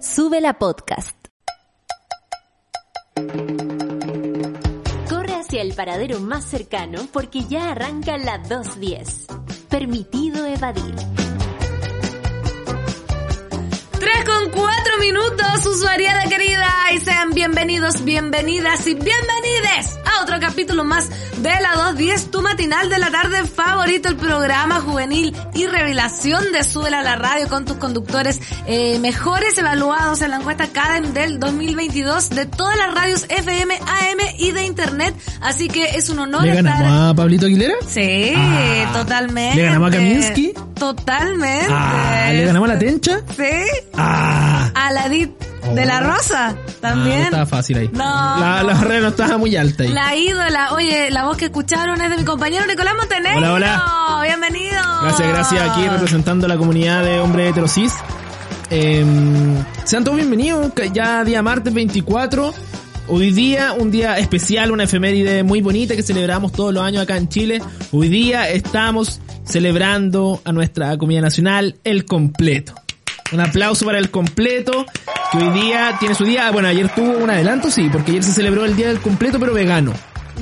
Sube la podcast. Corre hacia el paradero más cercano porque ya arranca la 210. Permitido evadir. 3 con 4 minutos, usuariada querida, y sean bienvenidos, bienvenidas y bienvenides a otro capítulo más de la 210, tu matinal de la tarde favorito, el programa juvenil y revelación de Súbela a la radio con tus conductores eh, mejores evaluados en la encuesta CADEM del 2022 de todas las radios FM, AM y de internet, así que es un honor ¿Le estar... ganamos a Pablito Aguilera? Sí, Ah, totalmente. ¿le ganamos a Kaminsky? Totalmente. Ah, ¿Le ganamos a la Tencha? Sí. Ah, Aladit de la Rosa Ah, no también. estaba fácil ahí. No. La, la barrera no estaba muy alta ahí. la ídola, oye, la voz que escucharon es de mi compañero Nicolás Montenegro. Hola, hola. Bienvenido. Gracias, gracias. Aquí Ah. representando a la comunidad de hombres heterosis. Em, sean todos bienvenidos. que Ya día martes 24. Hoy día, un día especial, una efeméride muy bonita que celebramos todos los años acá en Chile. Hoy día estamos celebrando a nuestra comida nacional, el completo. Un aplauso para el completo, que hoy día tiene su día. Bueno, ayer tuvo un adelanto, sí, porque ayer se celebró el día del completo, pero vegano.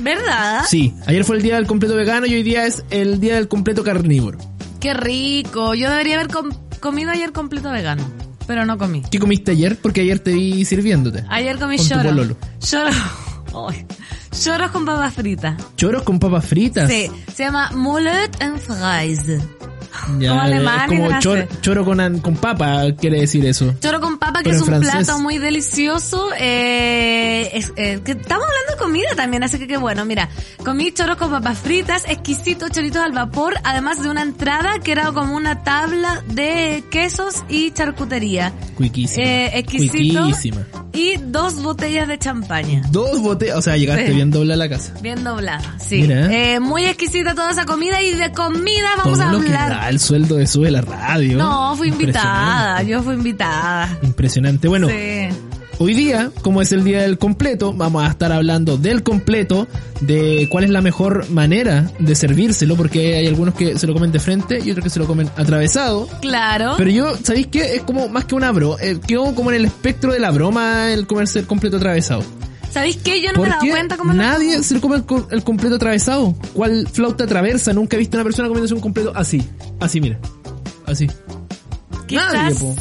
¿Verdad? Sí, ayer fue el día del completo vegano y hoy día es el día del completo carnívoro. Qué rico. Yo debería haber com- comido ayer completo vegano, pero no comí. ¿Qué comiste ayer? Porque ayer te vi sirviéndote. Ayer comí Con tu lloros. pololo. Lloros. Ay. Lloros con papas fritas. Choros con papas fritas. Sí, se llama Mullet and Fries. Ya, como alemán, es como gracias. chor- choro con, an- con papa, quiere decir eso. Choro con papa, que Pero es un en francés. plato muy delicioso. Eh, es- eh, que estamos hablando de comida también, así que qué bueno. Mira, comí choros con papas fritas, exquisitos choritos al vapor, además de una entrada que era como una tabla de quesos y charcutería. Cuiquísima. Eh, exquisito. Cuiquísima. Y dos botellas de champaña. Dos botellas, o sea, llegaste Sí. bien doble a la casa. Bien doblada, sí. Mira. Eh, muy exquisita toda esa comida y de comida vamos Todo a lo que hablar. da el sueldo de sube la radio. No, fui invitada, yo fui invitada. Impresionante. Impresionante. Bueno, Sí. Hoy día, como es el día del completo, vamos a estar hablando del completo, de cuál es la mejor manera de servírselo, porque hay algunos que se lo comen de frente y otros que se lo comen atravesado. Claro. Pero yo, ¿sabéis qué? Es como más que una bro, eh, quedó como en el espectro de la broma el comerse el completo atravesado. ¿Sabéis qué? Yo no me he Porque dado cuenta cómo lo- nadie se lo come el, co- el completo atravesado. ¿Cuál flauta atraviesa? Nunca he visto a una persona comiéndose un completo así. Así, mira. Así. Quizás, Nadie, po.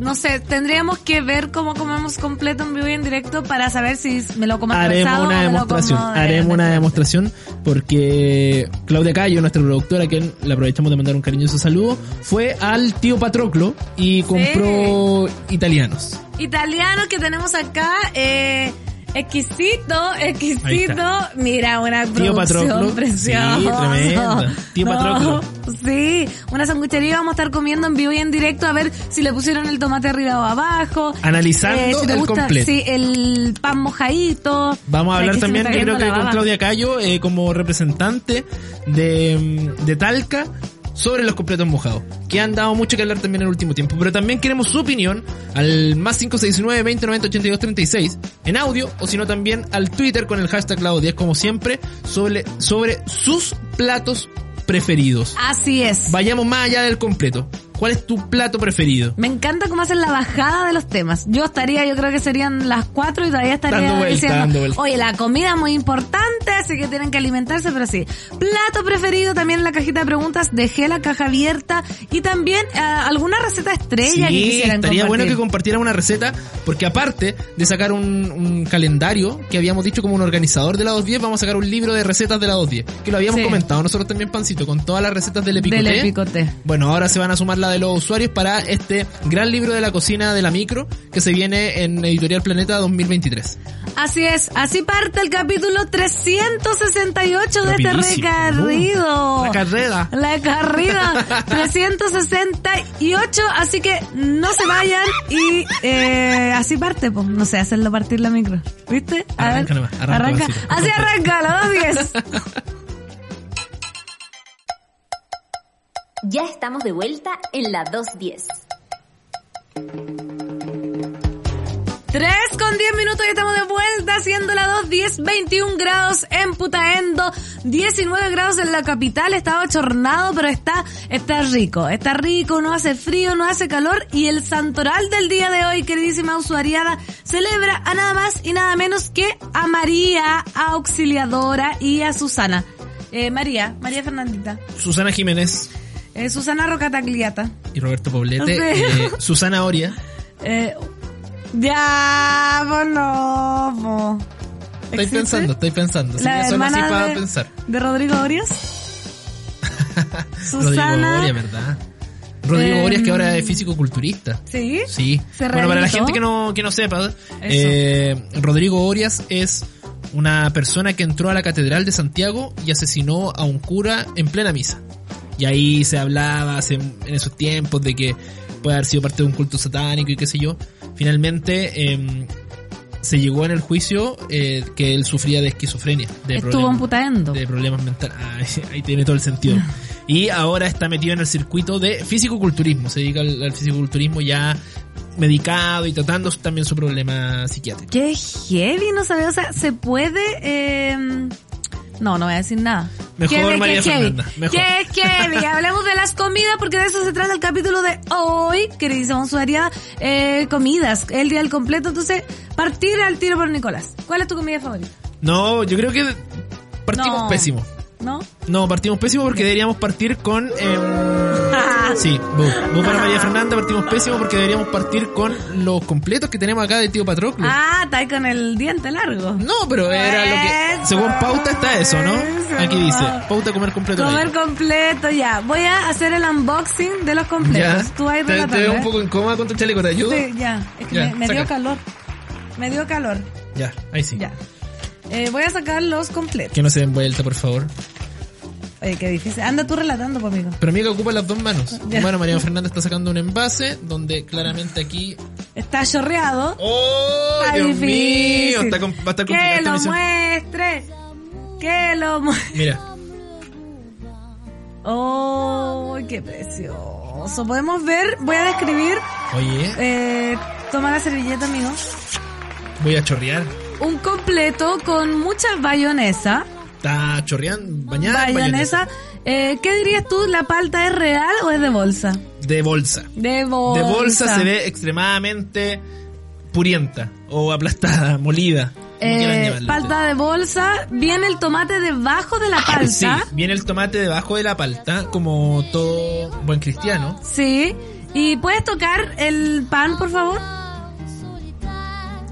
no sé, tendríamos que ver cómo comemos completo en vivo y en directo para saber si me lo como haremos atravesado o una me lo demostración como de- haremos una de- demostración porque Claudia Cayo nuestra productora que le aprovechamos de mandar un cariñoso saludo fue al tío Patroclo y compró italianos Italiano que tenemos acá, eh, exquisito, Ahí exquisito. está. Mira, una Tío producción Patroclo. preciosa. Sí, tremenda. Tío Patroclo. Sí, una sanguchería vamos a estar comiendo en vivo y en directo a ver si le pusieron el tomate arriba o abajo. Analizando Eh, si te el gusta, completo. Sí, el pan mojadito. vamos a Ay, hablar que se me también está yo creo cayendo que la con baba. Claudia Cayo eh, como representante de, mm, de Talca sobre los completos mojados, que han dado mucho que hablar también en el último tiempo. Pero también queremos su opinión al más 569 20 90 82 36 en audio, o si no también al Twitter con el hashtag Claudia, como siempre, sobre, sobre sus platos preferidos. Así es. Vayamos más allá del completo. ¿Cuál es tu plato preferido? Me encanta cómo hacen la bajada de los temas. Yo estaría, yo creo que serían las cuatro y todavía estaría Dando vuelta, diciendo, dando vuelta. oye, la comida es muy importante, así que tienen que alimentarse, pero sí. Plato preferido también en la cajita de preguntas, dejé la caja abierta y también eh, alguna receta estrella que Sí, quisieran estaría bueno que compartir. compartieran una receta, porque aparte de sacar un, un calendario que habíamos dicho como un organizador de la 210, vamos a sacar un libro de recetas de la 210, que lo habíamos Sí. comentado nosotros también, Pancito, con todas las recetas del Epicoté. Del epicoté. Bueno, ahora se van a sumar la de los usuarios para este gran libro de la cocina de la micro que se viene en Editorial Planeta 2023. Así es, así parte el capítulo 368 de este Rapidísimo. recorrido. Uh, la carrera. La carrera 368, así que no se vayan y eh, así parte, pues, no sé, hacerlo partir la micro. ¿Viste? Arranca nomás, arranca, arranca. vasito. Así arranca, la 210. Ya estamos de vuelta en la 210. 3 con 10 minutos y estamos de vuelta haciendo la 2, 10, 21 grados en Putaendo. 19 grados en la capital, está chornado, pero está, está rico. Está rico, no hace frío, no hace calor. Y el santoral del día de hoy, queridísima usuariada, celebra a nada más y nada menos que a María a Auxiliadora y a Susana. Eh, María, María Fernandita. Susana Jiménez Eh, Susana Rocatagliata. y Roberto Poblete. Sí. eh, Susana Oria. Eh, ya, pues no, po. Estáis ¿Existe? pensando, estáis pensando. Sí, La son así hermana para de, pensar. de Rodrigo Orias. Susana. Rodrigo Oria, ¿verdad? Rodrigo Em, Oria es que ahora es físico-culturista. Sí. Sí. Se Bueno, para la rehabilitó. gente que no, que no sepa, eh, Rodrigo Orias es una persona que entró a la Catedral de Santiago y asesinó a un cura en plena misa. Y ahí se hablaba hace- en esos tiempos de que puede haber sido parte de un culto satánico y qué sé yo. Finalmente eh, se llegó en el juicio eh, que él sufría de esquizofrenia. De Estuvo problemas- amputando. de problemas mentales. Ah, ahí tiene todo el sentido. Y ahora está metido en el circuito de fisicoculturismo. Se dedica al, al fisicoculturismo ya medicado y tratando también su problema psiquiátrico. Qué heavy, no sabía. O sea, se puede. eh, No, no voy a decir nada. Mejor Qué- qué María heavy. Fernanda, mejor. Qué heavy. Hablemos de las comidas porque de eso se trata el capítulo de hoy, queridísimo usuaria. Eh, comidas, el día del completo. Entonces, partir al tiro por Nicolás. ¿Cuál es tu comida favorita? No, yo creo que partimos No. pésimo. ¿No? No, partimos pésimo porque deberíamos partir con... eh, Ah, sí, bu, bu para María Fernanda, partimos pésimo porque deberíamos partir con los completos que tenemos acá de tío Patroclo. Ah, está ahí con el diente largo. No, pero era lo que... Eso. Según pauta está eso, ¿no? Aquí dice, pauta comer completo. Comer light. completo, ya. Voy a hacer el unboxing de los completos. Tú ahí Ya. Te, te veo relatando, un ¿eh? poco en coma con tu chaleco, ¿te ayudo? Sí, ya. Es que Ya, me, me dio saca. calor. Me dio calor. Ya, ahí sí. Ya. Eh, voy a sacar los completos. Que no se den vuelta, por favor. Oye, qué difícil. Anda tú relatando, por amigo. Pero amiga ocupa las dos manos. Ya. Bueno, María Fernanda está sacando un envase donde claramente aquí. Está chorreado. ¡Oh! Está Dios difícil. mío! Está com- va a estar complicada que esta lo misión. muestre. Que lo muestre. Mira, Oh, qué precioso. Podemos ver, voy a describir. oye, Eh, toma la servilleta, amigo. voy a chorrear. Un completo con mucha bayonesa. Está chorreando, bañada. en Bayonesa. Eh, ¿Qué dirías tú? ¿La palta es real o es de bolsa? bayonesa. De bolsa. De bolsa. De bolsa se ve extremadamente purienta o aplastada, molida. como quieran Eh, llamarle palta de bolsa. Viene el tomate debajo de la palta. ustedes. Sí, viene el tomate debajo de la palta, como todo buen cristiano. Sí. ¿Y puedes tocar el pan, por favor?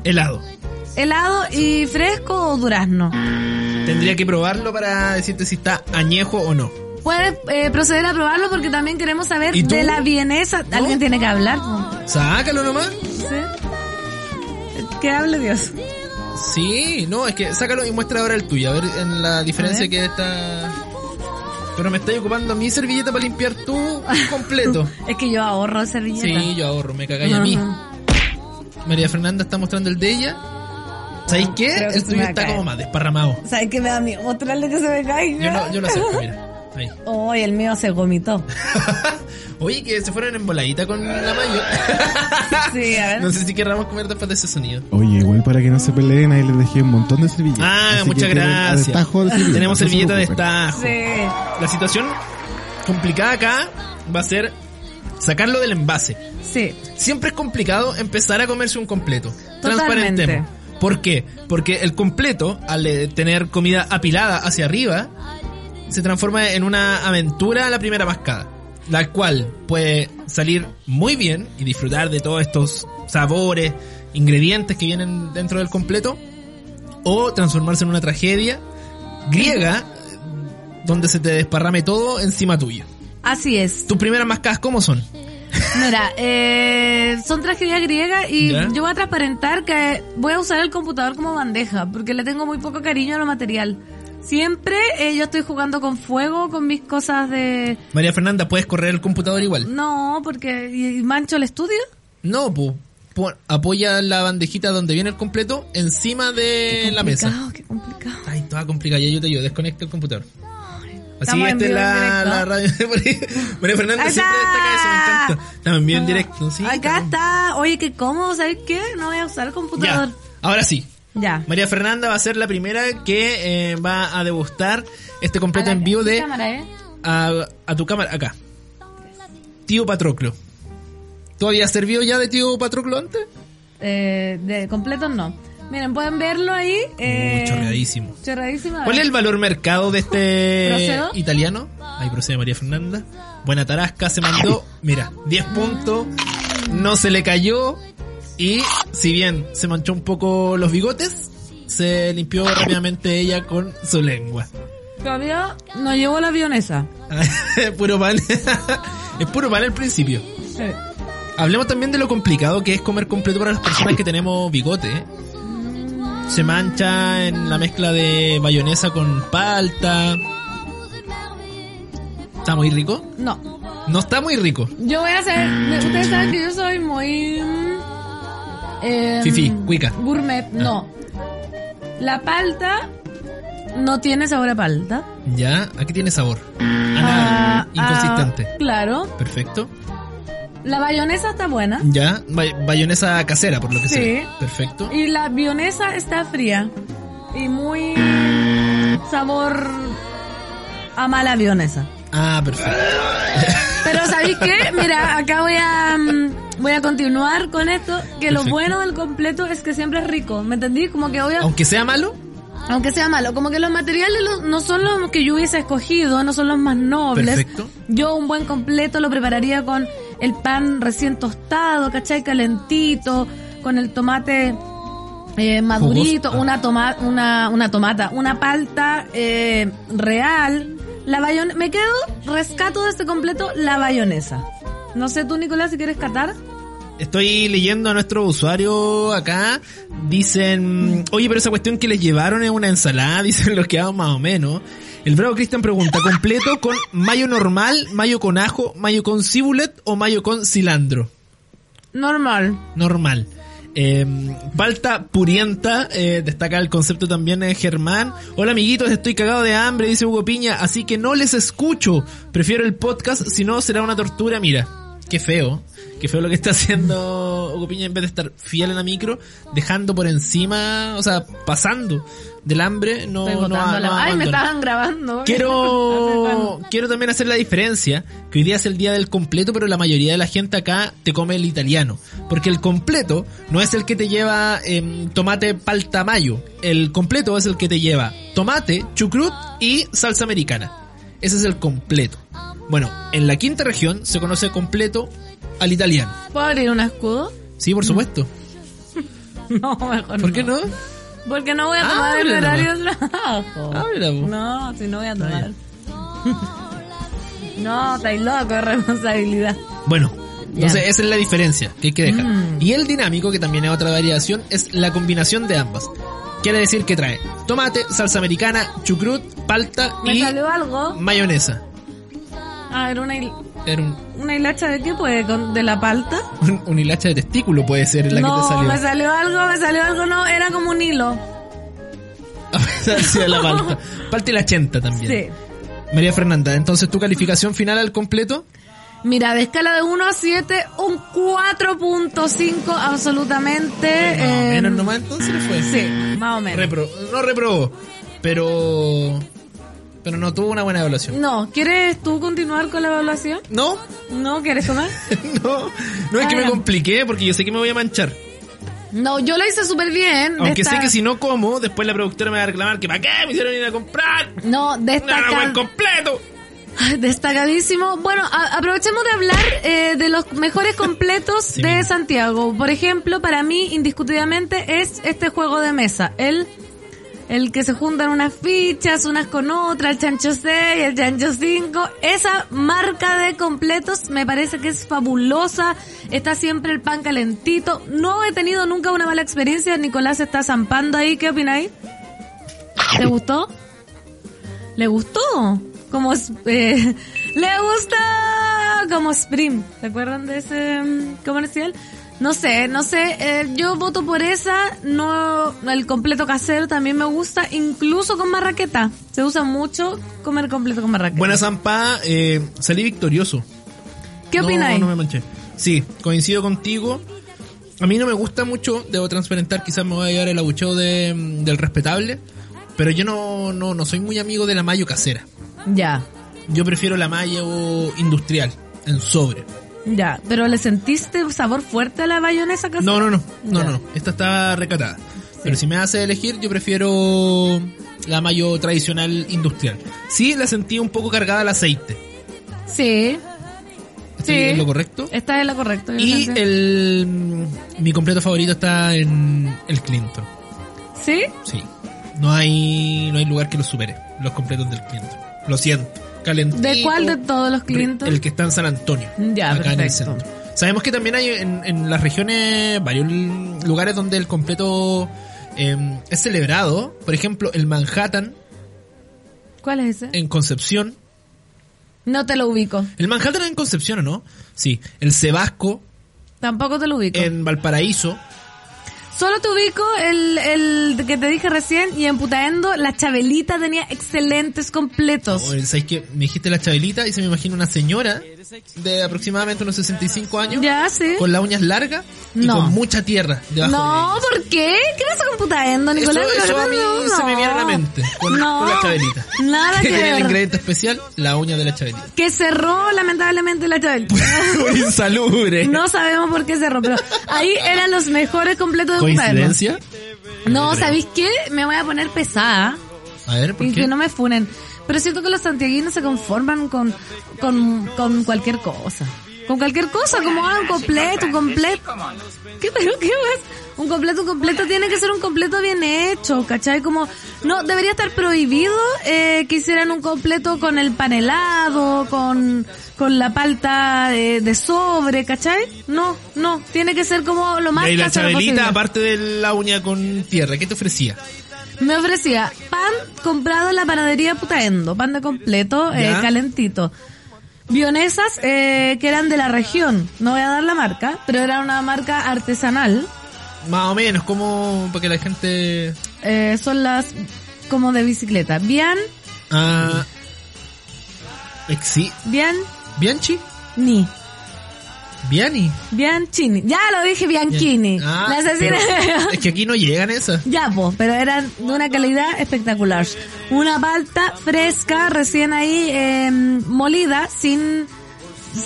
Helado. ¿Helado y fresco o durazno? Tendría que probarlo para decirte si está añejo o no. Puedes eh, proceder a probarlo porque también queremos saber ¿Y tú? de la vienesa. Alguien tiene que hablar. Sácalo nomás. ¿Sí? Eh, Que hable Dios. Sí, no, es que sácalo y muestra ahora el tuyo, a ver en la diferencia que está. Pero me estoy ocupando mi servilleta para limpiar tu completo. Es que yo ahorro servilleta. Sí, yo ahorro, me cagáis a mí. Ajá. María Fernanda está mostrando el de ella. ¿Sabéis qué? Creo que El se tuyo me va a está caer. como más desparramado. ¿Sabes qué me da miedo? Otra vez que se me caiga. Yo, no, yo lo acepto, mira. Ahí. Oh, el mío se vomitó. Oye, que se fueron en voladita con la mayo. Sí, a ver. No sé si querramos comer después de ese sonido. Oye, igual para que no se peleen, ahí les dejé un montón de servilletas. Ah, Así que muchas tienen a gracias. destajo de servilletas, Tenemos no se servilleta de preocupen. estajo. Sí, La situación complicada acá va a ser sacarlo del envase. sí. Siempre es complicado empezar a comerse un completo. Totalmente. Transparentemos. ¿Por qué? Porque el completo, al eh, tener comida apilada hacia arriba, se transforma en una aventura a la primera mascada. La cual puede salir muy bien y disfrutar de todos estos sabores, ingredientes que vienen dentro del completo, o transformarse en una tragedia griega donde se te desparrame todo encima tuyo. Así es. ¿Tus primeras mascadas cómo son? Mira, eh, son tragedias griegas y ¿Ya? yo voy a transparentar que voy a usar el computador como bandeja porque le tengo muy poco cariño a lo material. Siempre eh, yo estoy jugando con fuego, con mis cosas de... María Fernanda, ¿puedes correr el computador igual? No, porque y- y mancho el estudio. No, pues apoya la bandejita donde viene el completo encima de la mesa. Complicado, Qué complicado. Ay, toda complicada. Ya yo te ayudo. Desconecta el computador. Así Estamos en esta es vivo, en la, directo. la radio de María- María Fernanda Ahí siempre está. destaca eso, me encanta. Estamos en vivo en directo. sí, Acá estamos- está. Oye, qué cómodo, ¿sabes qué? No voy a usar el computador. Ya, ahora sí. Ya. María Fernanda va a ser la primera que eh, va a degustar este completo A la- en vivo de cámara, ¿eh? a, a tu cámara acá. Tío Patroclo. ¿Tú habías servido ya de tío Patroclo antes? Eh, de completo no. Miren, pueden verlo ahí. Eh, chorreadísimo. Chorreadísimo. a ¿Cuál es ver. el valor mercado de este ¿Procedo? italiano? Ahí procede María Fernanda. Buena tarasca se mandó. Mira, 10 puntos. No se le cayó. Y si bien se manchó un poco los bigotes, se limpió rápidamente ella con su lengua. Todavía no llevo la avionesa. puro mal. es puro mal al principio. Hablemos también de lo complicado que es comer completo para las personas que tenemos bigote. ¿eh? Se mancha en la mezcla de mayonesa con palta. ¿Está muy rico? No. No está muy rico. Yo voy a hacer. Ustedes saben que yo soy muy. mm, em, Fifí, cuica. Ah. Gourmet, no. La palta no tiene sabor a palta. Ya, aquí tiene sabor. A nada, Ah, ah, inconsistente. claro. Perfecto. La bayonesa está buena. Ya, bay- bayonesa casera, por lo que Sí. se ve. Perfecto. Y la avionesa está fría. Y muy. Sabor. A mala avionesa. Ah, perfecto. Pero ¿sabéis qué? Mira, acá voy a mm, voy a continuar con esto, que lo Perfecto. bueno del completo es que siempre es rico, ¿me entendí? Como que obvio, Aunque sea malo, aunque sea malo, como que los materiales lo- no son los que yo hubiese escogido, no son los más nobles. Perfecto. Yo un buen completo lo prepararía con el pan recién tostado, ¿cachai? Calentito, con el tomate eh, madurito, Jugoso. una, toma, una, una tomata, una palta eh, real. La bayonesa. Me quedo, rescato de este completo la bayonesa. No sé tú, Nicolás, si quieres catar. Estoy leyendo a nuestro usuario acá. Dicen, oye, pero esa cuestión que les llevaron es una ensalada, dicen los que hago más o menos. El bravo Cristian pregunta, ¿completo con mayo normal, mayo con ajo, mayo con cibulet o mayo con cilantro? Normal. Normal. Eh, palta purienta, eh, destaca el concepto también eh, Germán. Hola amiguitos, estoy cagado de hambre, dice Hugo Piña, así que no les escucho. Prefiero el podcast, si no será una tortura, mira. Qué feo, qué feo lo que está haciendo Hugo Piña en vez de estar fiel en la micro, dejando por encima, o sea, pasando del hambre, no... Estoy no botando a- la- no Ay, me abandona. estaban grabando. Quiero, quiero también hacer la diferencia, que hoy día es el día del completo, pero la mayoría de la gente acá te come el italiano. Porque el completo no es el que te lleva em, tomate palta mayo. El completo es el que te lleva tomate, chucrut y salsa americana. Ese es el completo. Bueno, en la quinta región se conoce completo al italiano. ¿Puedo abrir un escudo? Sí, por supuesto. No, mejor ¿Por qué no? Porque no voy a tomar Ábrelo. el horario de trabajo. Ábrelo, po. No, si no voy a tomar. no, estáis loco, es responsabilidad. Bueno, Ya. Mm. entonces esa es la diferencia que hay que dejar. Y el dinámico, que también es otra variación, es la combinación de ambas. Quiere decir que trae tomate, salsa americana, chucrut, palta ¿Me y salió algo? mayonesa. Ah, era una, hil- Era un, una hilacha de qué, pues, con- de la palta. un- un hilacha de testículo puede ser la que no, te me salió. salió algo, me salió algo, no, era como un hilo. A pesar Ah, sí, de la palta. Palta y la chenta también. Sí. María Fernanda, entonces tu calificación final al completo, Mira, de escala de 1 a 7, un 4.5 absolutamente. más o eh, menos nomás, entonces le fue. Sí, más o menos. Repro- no reprobó, pero, pero no tuvo una buena evaluación. no, ¿quieres tú continuar con la evaluación? No, No, ¿quieres tomar? No, no es que me Ah. compliqué porque yo sé que me voy a manchar. No, yo lo hice súper bien. de Aunque sé esta- que si no como, después la productora me va a reclamar que para qué me hicieron ir a comprar. No, No, destaca- buen completo. Ay, destacadísimo. Bueno, a- aprovechemos de hablar eh, de los mejores completos de Santiago. Por ejemplo, para mí, indiscutidamente, es este juego de mesa. El, el que se juntan unas fichas unas con otras, el chancho 6, el chancho 5. Esa marca de completos me parece que es fabulosa. Está siempre el pan calentito. No he tenido nunca una mala experiencia. Nicolás está zampando ahí. ¿Qué opináis? ¿Te gustó? Le gustó. Como es- eh, le gusta como Spring. ¿Se acuerdan de ese mm, comercial? No sé, no sé. eh, yo voto por esa. No, el completo casero también me gusta, incluso con marraqueta. Se usa mucho comer completo con marraqueta. Buena zampa, eh, salí victorioso. ¿Qué No, opináis? No, me manché. Sí, coincido contigo. a mí no me gusta mucho, debo transparentar, quizás me voy a llevar el abucheo de, mm, del respetable, pero yo no, no, no soy muy amigo de la mayo casera. Ya, Yo prefiero la mayo industrial, en sobre. ya. ¿Pero le sentiste sabor fuerte a la bayonesa casera? No, no, no, no, Ya. no, no. esta está recatada. Pero si me hace elegir, yo prefiero la mayo tradicional industrial. Sí, la sentí un poco cargada al aceite. Sí, ¿Estoy Sí. en lo correcto? esta es la correcta. yo Y pensé. el mm, mi completo favorito está en el Clinton. ¿Sí? Sí. No hay no hay lugar que los supere, los completos del Clinton. Lo siento. Calentito. ¿De cuál de todos los Clinton? El que está en San Antonio. Ya, acá en el perfecto. centro. Sabemos que también hay en, en las regiones varios l- lugares donde el completo eh, es celebrado. Por ejemplo, el Manhattan ¿Cuál es ese? en Concepción. No te lo ubico. El Manhattan en Concepción, ¿o no? Sí. El Sebasco Tampoco te lo ubico. en Valparaíso. Solo te ubico el, el que te dije recién y en Putaendo la Chabelita tenía excelentes completos. O, ¿Sabes qué? Me dijiste la chabelita y se me imagina una señora de aproximadamente unos 65 años ya, sí. con las uñas largas y No. con mucha tierra debajo No, de ¿por qué? ¿Qué pasa con Putaendo, ellas. Nicolás? Eso, eso a mí No, se me viene a la no. mente con, No. con la chabelita. Nada que que tiene el ver. ingrediente especial, la uña de la chabelita. Que cerró lamentablemente la Chabelita. Insalubre. No sabemos por qué cerró, pero ahí eran los mejores completos de Putaendo. ¿Coincidencia? No, ¿sabéis qué? Me voy a poner pesada. A ver, ¿por Y que qué? no me funen. Pero siento que los santiaguinos se conforman con, con, con cualquier cosa. Con cualquier cosa, como ah, un completo, un completo. ¿Qué, pero qué más? Un completo, un completo tiene que ser un completo bien hecho, ¿cachai? Como, no, debería estar prohibido eh, que hicieran un completo con el panelado, con, con la palta eh, de sobre, ¿cachai? No, no, tiene que ser como lo más Y la casero posible. chabelita, aparte Aparte de la uña con tierra, ¿qué te ofrecía? Me ofrecía pan comprado en la panadería Putaendo, pan de completo, eh, Ya. calentito. Bionesas eh, que eran de la región, no voy a dar la marca, pero era una marca artesanal. Más o menos, como para que la gente... Eh, son las como de bicicleta. Bian, Ah... exi- Bian, ¿Bianchi? ni. ¿Biani? Bianchini. Ya lo dije, Bianchini. Ah, la asesina. pero Es que aquí no llegan esas. Ya, pues, pero eran de una calidad espectacular. Una palta fresca, recién ahí eh, molida, sin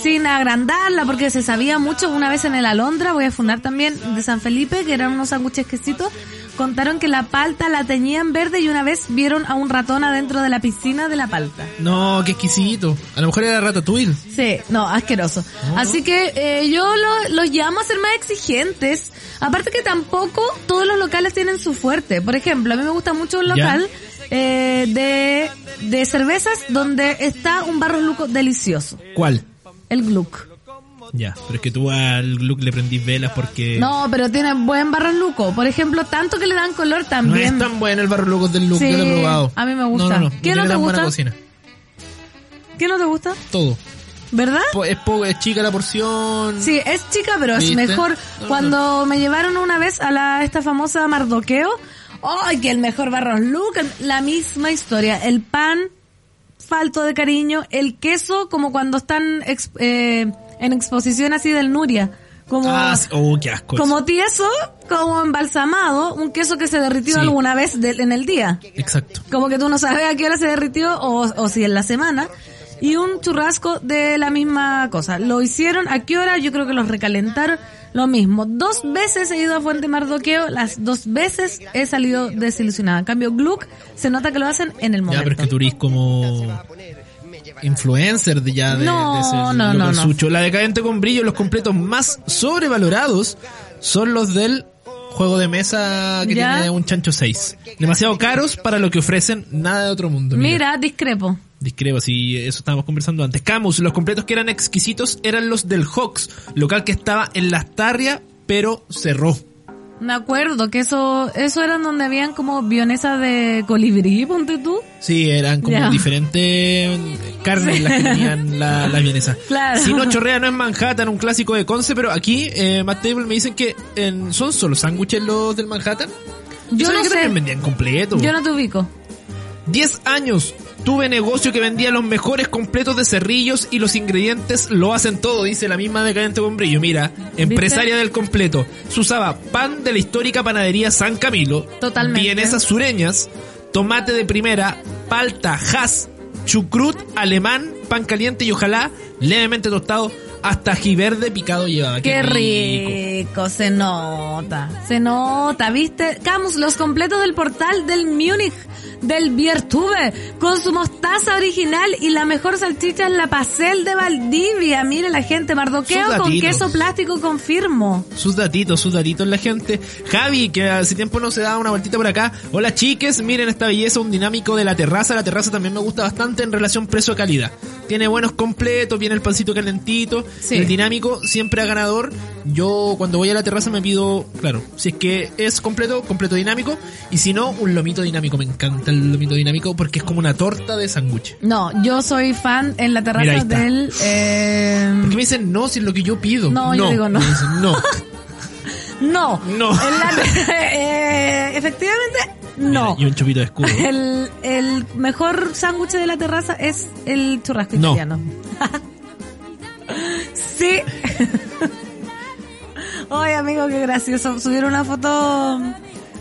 sin agrandarla, porque se sabía mucho. Una vez en el Alondra, voy a funar también, de San Felipe, que eran unos sándwiches quesitos, contaron que la palta la teñían verde y una vez vieron a un ratón adentro de la piscina de la palta. No, qué exquisito. A lo mejor era Ratatouille. Sí, no, asqueroso. Así que eh, yo lo- los llamo a ser más exigentes. Aparte que tampoco todos los locales tienen su fuerte. Por ejemplo, a mí me gusta mucho un local eh, de, de cervezas donde está un barro luco delicioso, ¿Cuál? el Gluck. Ya, pero es que tú al Luke le prendís velas porque... No, pero tiene buen barro luco. Por ejemplo, tanto que le dan color No también. es tan bueno el barro Locos del Luke, Sí, yo lo he probado. a mí me gusta. No, no, no. ¿Qué no tiene te tan gusta? buena cocina. ¿Qué no te gusta? Todo. ¿Verdad? Po- Es, po- es chica la porción. Sí, es chica, pero es ¿Viste? mejor. No, Cuando me llevaron una vez a la esta famosa Mardoqueo, ¡ay, que el mejor Barros Luca! La misma historia. El pan falto de cariño, el queso como cuando están ex- eh, en exposición así del Nuria. Como, Ah, sí. oh, qué asco. como tieso, como embalsamado, un queso que se derritió Sí. alguna vez del- en el día. Exacto. Como que tú no sabes a qué hora se derritió o, o si en la semana. Y un churrasco de la misma cosa. Lo hicieron a qué hora, yo creo que los recalentaron. Lo mismo. Dos veces he ido a Fuente Mardoqueo, las dos veces he salido desilusionada. En cambio, Gluck se nota que lo hacen en el Ya, momento. pero es que tú eres como influencer de ya de, No, de ese no, loco no, no. sucho. La decadente con brillo, los completos más sobrevalorados son los del juego de mesa que Ya. tiene un chancho 6. Demasiado caros para lo que ofrecen, nada de otro mundo. Mira. Mira, discrepo. Discrepo, si eso estábamos conversando antes. Camus, los completos que eran exquisitos eran los del Hawks, local que estaba en Las Tarrias, pero cerró. Me acuerdo que eso, eso eran donde habían como bionesas de colibrí, ponte tú. Sí, eran como Ya. diferentes carnes las que tenían la, las vienesas. Claro. Si no chorrea no es Manhattan, un clásico de Conce, pero aquí eh, Matt Table me dicen que en- son solo sándwiches los del Manhattan. Yo sabía no que sé. también vendían completo. Yo no te ubico. 10 años Tuve negocio que vendía los mejores completos de cerrillos y los ingredientes lo hacen todo, dice la misma decadente Bombrillo. Mira, empresaria del completo. Se usaba pan de la histórica panadería San Camilo. Totalmente. Vienesas sureñas, tomate de primera, palta, has, chucrut alemán, pan caliente y ojalá levemente tostado, hasta ají verde picado llevaba. Qué rico, se nota, se nota, ¿viste? Camus, los completos del portal del Múnich, del Biertube, con su mostaza original y la mejor salchicha en la pasel de Valdivia. Mire la gente, mardoqueo Sus con latinos. queso plástico, confirmo. Sus datitos, sus datitos la gente. Javi, que hace tiempo no se da una vueltita por acá. Hola chiques, miren esta belleza, un dinámico de la terraza. La terraza también me gusta bastante en relación precio-calidad. Tiene buenos completos, viene el pancito calentito. Sí. El dinámico siempre a ganador. Yo cuando voy a la terraza me pido, claro, si es que es completo, completo dinámico. Y si no, un lomito dinámico. Me encanta el lomito dinámico porque es como una torta de sándwich. No, yo soy fan en la Mira, ahí terraza está. del... eh, Porque me dicen no si es lo que yo pido. No, yo digo no. Me dicen, no. no, No. En la- eh, efectivamente, no. Y un chupito de escudo. El, el mejor sándwich de la terraza es el churrasco No. italiano. sí. Oye, amigo, qué gracioso. Subieron una foto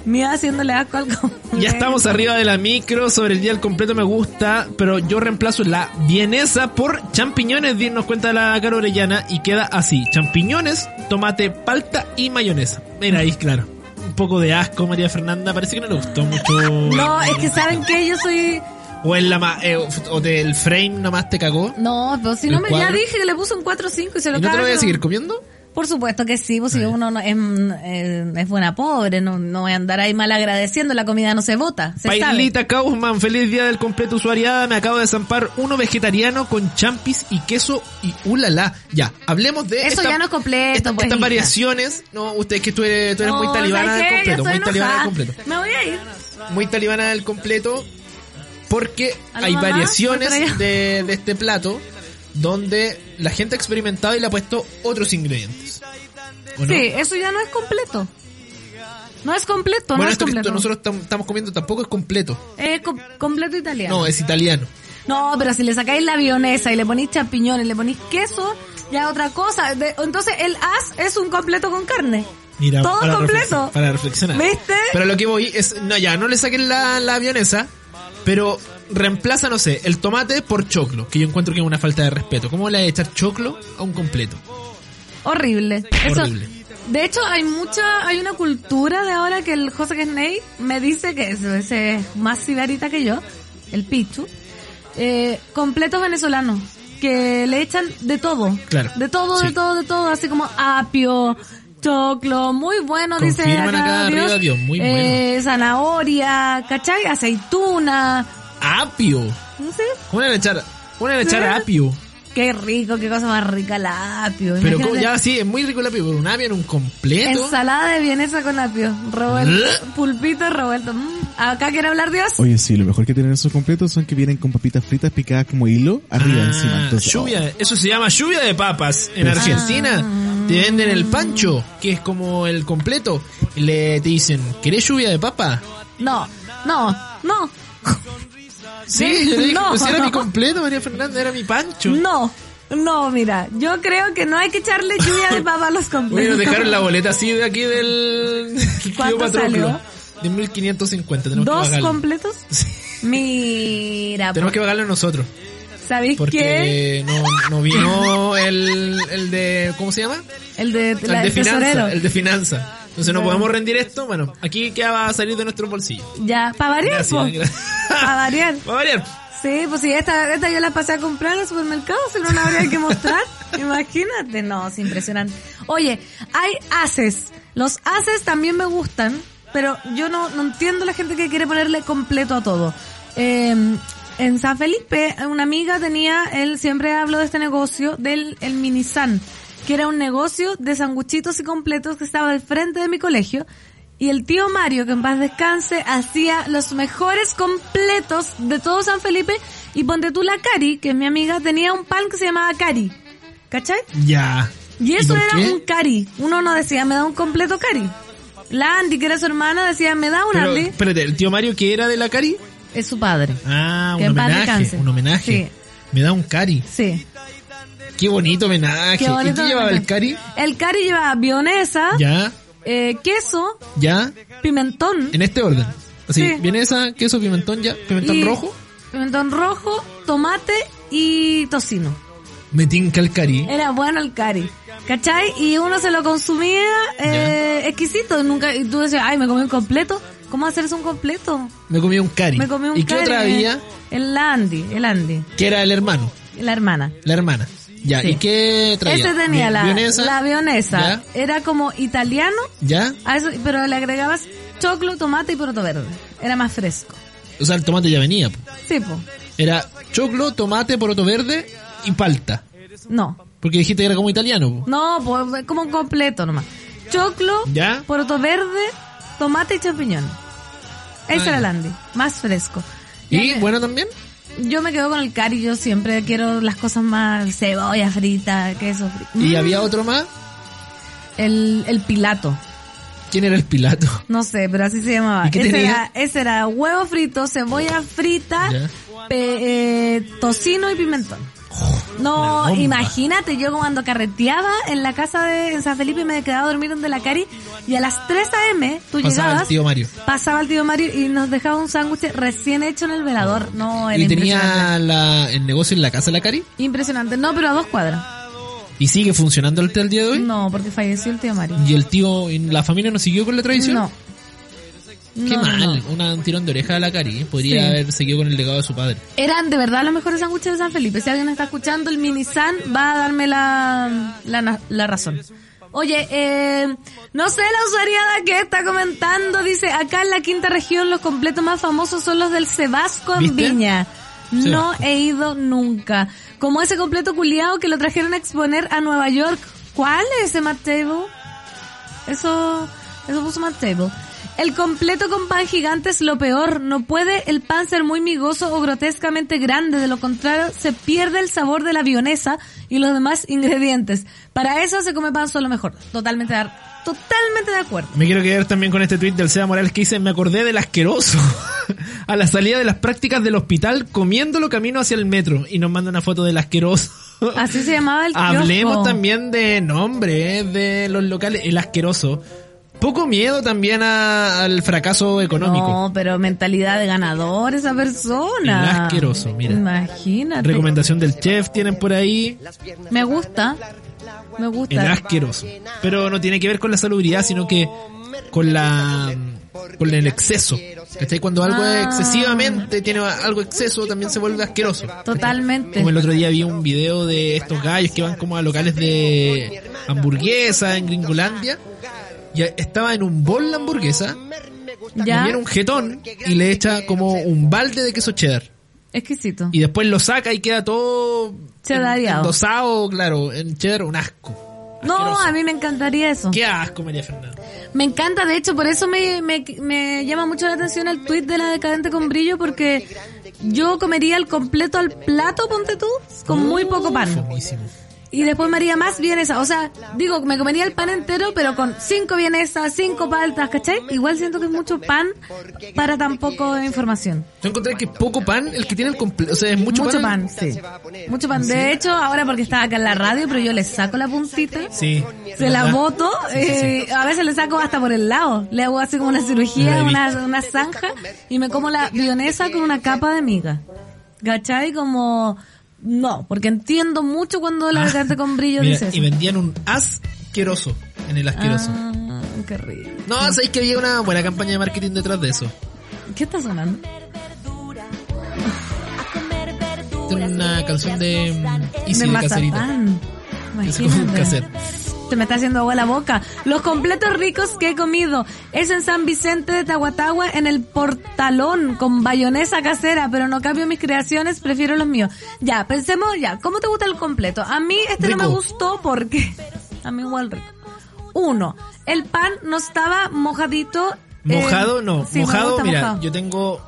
mía haciéndole asco al completo. Ya estamos arriba de la micro, sobre el día al completo me gusta, pero yo reemplazo la vienesa por champiñones, bien nos cuenta la cara orellana, y queda así, champiñones, tomate, palta y mayonesa. Mira ahí, claro. Un poco de asco, María Fernanda, parece que no le gustó mucho. No, es que saben que yo soy. O, en la ma- eh, o del frame nomás te cagó. No, pero si no El me. Ya cuadro. dije que le puse un 4-5 y se ¿Y lo no te lo cargo. voy a Ah, seguir comiendo? Por supuesto que sí, pues si uno no, es, eh, es buena pobre, no, no voy a andar ahí mal agradeciendo, la comida no se vota. Se sabe. Pailita Kaufman, feliz día del completo usuariada. Me acabo de zampar uno vegetariano con champis y queso y ulala. Ya, hablemos de Eso esta- ya no es completo, esta- pues, estas hija. variaciones. No, usted es que tú eres, tú eres muy No, talibana ¿sabes del qué? completo, Yo muy estoy talibana del enojada. completo. Me voy a ir. Muy talibana del completo porque ¿A la hay mamá? variaciones ¿Lo traía? de, de este plato donde la gente ha experimentado y le ha puesto otros ingredientes. ¿O no? Sí, eso ya no es completo. No es completo, Bueno, no es esto que completo. esto nosotros tam- estamos comiendo tampoco es completo. Es co- completo italiano. No, es italiano. No, pero si le sacáis la avionesa y le ponéis champiñones, le ponéis queso, ya otra cosa. De- entonces el as es un completo con carne. Mira, Todo para completo. reflex- para reflexionar. ¿Viste? Pero lo que voy es, no, ya, no le saquen la, la avionesa, pero reemplaza, no sé, el tomate por choclo, que yo encuentro que es una falta de respeto. ¿Cómo le vas a echar choclo a un completo? Horrible. Eso- Horrible. de hecho, hay mucha, hay una cultura de ahora que el José Kesney me dice que es, ese es más sibarita que yo, el Pichu, eh, completos venezolanos, que le echan de todo. Claro. De todo, de Sí. todo, de todo, así como apio, choclo, muy bueno, dice Confirman acá arriba, Dios, muy eh, Zanahoria, ¿cachai? Aceituna, Apio. no sé. ¿Cómo le van a echar, cómo le van a echar ¿Sí? apio? Qué rico, qué cosa más rica la apio. Pero ¿cómo? imagínate. ya sí, es muy rico el apio, pero un apio en un completo. Ah, Ensalada de vienesa con apio. Roberto. ¿Eh? Pulpito Roberto. Mm, ¿Acá quiere hablar Dios? Oye, sí, lo mejor que tienen esos completos son que vienen con papitas fritas picadas como hilo arriba Ah, encima. Entonces, lluvia, de- eso se llama lluvia de papas. En Argentina te venden el pancho, que es como el completo. y Le te dicen, ¿querés lluvia de papa? No, no, no, Sí, yo le dije, No. pues era mi completo, María Fernanda, era mi pancho. no. No, mira, yo creo que no hay que echarle lluvia de papa a los Oye, completos. nos dejaron la boleta así de aquí del... del ¿Cuánto Patroclo. salió? De 1550, tenemos que ¿Dos pagarlo. completos? Mira, pues, Tenemos que pagarlo nosotros, ¿sabéis qué? porque no, no vino el, el de... ¿Cómo se llama? El de El la- de el tesorero. finanzas, el de finanza. Entonces no podemos rendir esto, bueno, aquí queda va a salir de nuestro bolsillo. Ya, para variar, Gracias, pues. gracias. Para variar. Va a variar. Sí, pues si esta, esta yo la pasé a comprar al supermercado, si no la habría que mostrar. Imagínate, no, es impresionante. Oye, hay haces. Los haces también me gustan, pero yo no, no entiendo la gente que quiere ponerle completo a todo. Eh, en San Felipe, una amiga tenía, él siempre habló de este negocio, del el Minisan, que era un negocio de sanguchitos y completos que estaba al frente de mi colegio. Y el tío Mario, que en paz descanse, hacía los mejores completos de todo San Felipe. Y ponte tú la Cari, que es mi amiga, tenía un pan que se llamaba Cari. ¿Cachai? Ya. Y eso por era qué? un Cari. Uno no decía, me da un completo Cari. La Andy, que era su hermana, decía, me da un Pero, Andy. espérate, ¿el tío Mario que era de la Cari? es su padre. Ah, Que un en paz homenaje, descanse. un homenaje. Sí. Me da un cari. Sí. Qué bonito homenaje. Qué bonito ¿Y qué llevaba el homenaje. ¿Ah? cari? El cari lleva vienesa, Ya, eh, queso, ya, pimentón. en este orden. Así, Sí. vienesa, queso, pimentón ya, pimentón y- rojo. Pimentón rojo, tomate y tocino. Me tinca el cari. Era bueno el cari. ¿Cachai? Y uno se lo consumía eh, exquisito. y Nunca, y tú decías, ay, me comí un completo. ¿Cómo hacerse un completo? Me comí un cari. Me comí un ¿Y qué cari. otra había? El Andy, el Andy, Que era el hermano, la hermana. la hermana. Ya, Sí. ¿y qué traía? Ese tenía Vi- la vienesa, la avionesa. Ya. Era como italiano, ya. a eso- pero le agregabas choclo, tomate y poroto verde. Era más fresco. O sea, el tomate ya venía. po. Sí, po. Era choclo, tomate, poroto verde y palta. No. Porque dijiste que era como italiano. po. No, pues como un completo nomás. Choclo, ¿Ya? poroto verde, tomate y champiñón. Ese era Ah, el ya. Andy, más fresco. Ya ¿Y que- bueno también? Yo me quedo con el cari, yo siempre quiero las cosas más cebolla frita, queso frito. ¿Y Mm. había otro más? el, el pilato. ¿Quién era el pilato? No sé, pero así se llamaba. ¿Y qué Ese tenía? era, ese era huevo frito, cebolla frita, Ya. pe- eh, tocino y pimentón. No, Oh, una bomba. imagínate, yo cuando carreteaba en la casa de en San Felipe y me quedaba a dormir donde la Cari y a las 3 a.m. tú Pasaba llegabas, el tío Mario. pasaba el tío Mario y nos dejaba un sándwich recién hecho en el velador. No, era Oh. y impresionante. tenía la- el negocio en la casa de la Cari. Impresionante. No, pero a dos cuadras. Y sigue funcionando hasta el día de hoy. No, porque falleció el tío Mario. Y el tío, y la familia no siguió con la tradición. No. No, Qué no, mal, no. Una, un tirón de oreja a la Cari. ¿eh? Podría Sí. haber seguido con el legado de su padre. Eran de verdad los mejores sándwiches de San Felipe. Si alguien está escuchando, el mini san va a darme la, la, na- la razón. Oye, eh, no sé la usuariada que está comentando. Dice, acá en la quinta región los completos más famosos son los del Sebasco en ¿Viste? Viña. No Sebasco. he ido nunca. Como ese completo culiado que lo trajeron a exponer a Nueva York. ¿Cuál es ese Matt Table? Eso, eso puso más table. El completo con pan gigante es lo peor. No puede el pan ser muy migoso o grotescamente grande. De lo contrario, se pierde el sabor de la vienesa y los demás ingredientes. Para eso se come pan solo mejor. Totalmente de, ar- totalmente de acuerdo. Me quiero quedar también con este tuit del Seba Morales que dice, me acordé del asqueroso a la salida de las prácticas del hospital comiéndolo camino hacia el metro y nos manda una foto del asqueroso. Así se llamaba el kiosco. Hablemos también de nombres de los locales, el asqueroso. Poco miedo también a- al fracaso económico. No, pero mentalidad de ganador esa persona. El asqueroso, mira. Imagínate. Recomendación del chef tienen por ahí, Me gusta. Me el gusta. asqueroso. Pero no tiene que ver con la salubridad, sino que con la con el exceso. ¿Cachai? Cuando algo Ah. excesivamente tiene algo exceso también se vuelve asqueroso. Totalmente. Como el otro día vi un video de estos gallos que van como a locales de hamburguesa en Gringolandia. Y estaba en un bol la hamburguesa, Ya. viene un jetón y le echa como un balde de queso cheddar. Exquisito. Y después lo saca y queda todo Cheddareado. endosado, claro, en cheddar, un asco. No, Asqueroso. a mí me encantaría eso. Qué asco, María Fernanda. Me encanta, de hecho, por eso me, me, me llama mucho la atención el tuit de la decadente con brillo, porque yo comería el completo al plato, ponte tú, con muy poco pan. Buenísimo. Y después me haría más vienesa. O sea, digo, me comería el pan entero, pero con cinco vienesas, cinco paltas, ¿cachai? Igual siento que es mucho pan para tan poco información. Yo encontré que poco pan, el que tiene el completo, o sea, es mucho, Mucho pan. pan, sí. Mucho pan. De hecho, ahora porque está acá en la radio, pero yo le saco la puntita. Sí. Se la ¿Verdad? boto, eh, a veces le saco hasta por el lado. Le hago así como Ah. una cirugía, No la una, una zanja, y me como la bionesa con una capa de miga. ¿Cachai? Como... No, porque entiendo mucho cuando la gente con brillo Ah. Mira, dice y eso. vendían un asqueroso en el asqueroso. Ah, qué rico. No, sabéis que había una buena campaña de marketing detrás de eso. ¿Qué está sonando? Tiene una canción de mm, Easy de de, Caserita. mazapán. Que se come un Imagínate. cassette. Se me está haciendo agua la boca. Los completos ricos que he comido es en San Vicente de Tahuatahua, en el portalón, con bayonesa casera, pero no cambio mis creaciones, prefiero los míos. Ya, pensemos ya, ¿cómo te gusta el completo? A mí este no me Rico. gustó porque... A mí igual rico. Uno, el pan no estaba mojadito. eh, Mojado, no. sí, me mojado, gusta mira, mojado. yo tengo.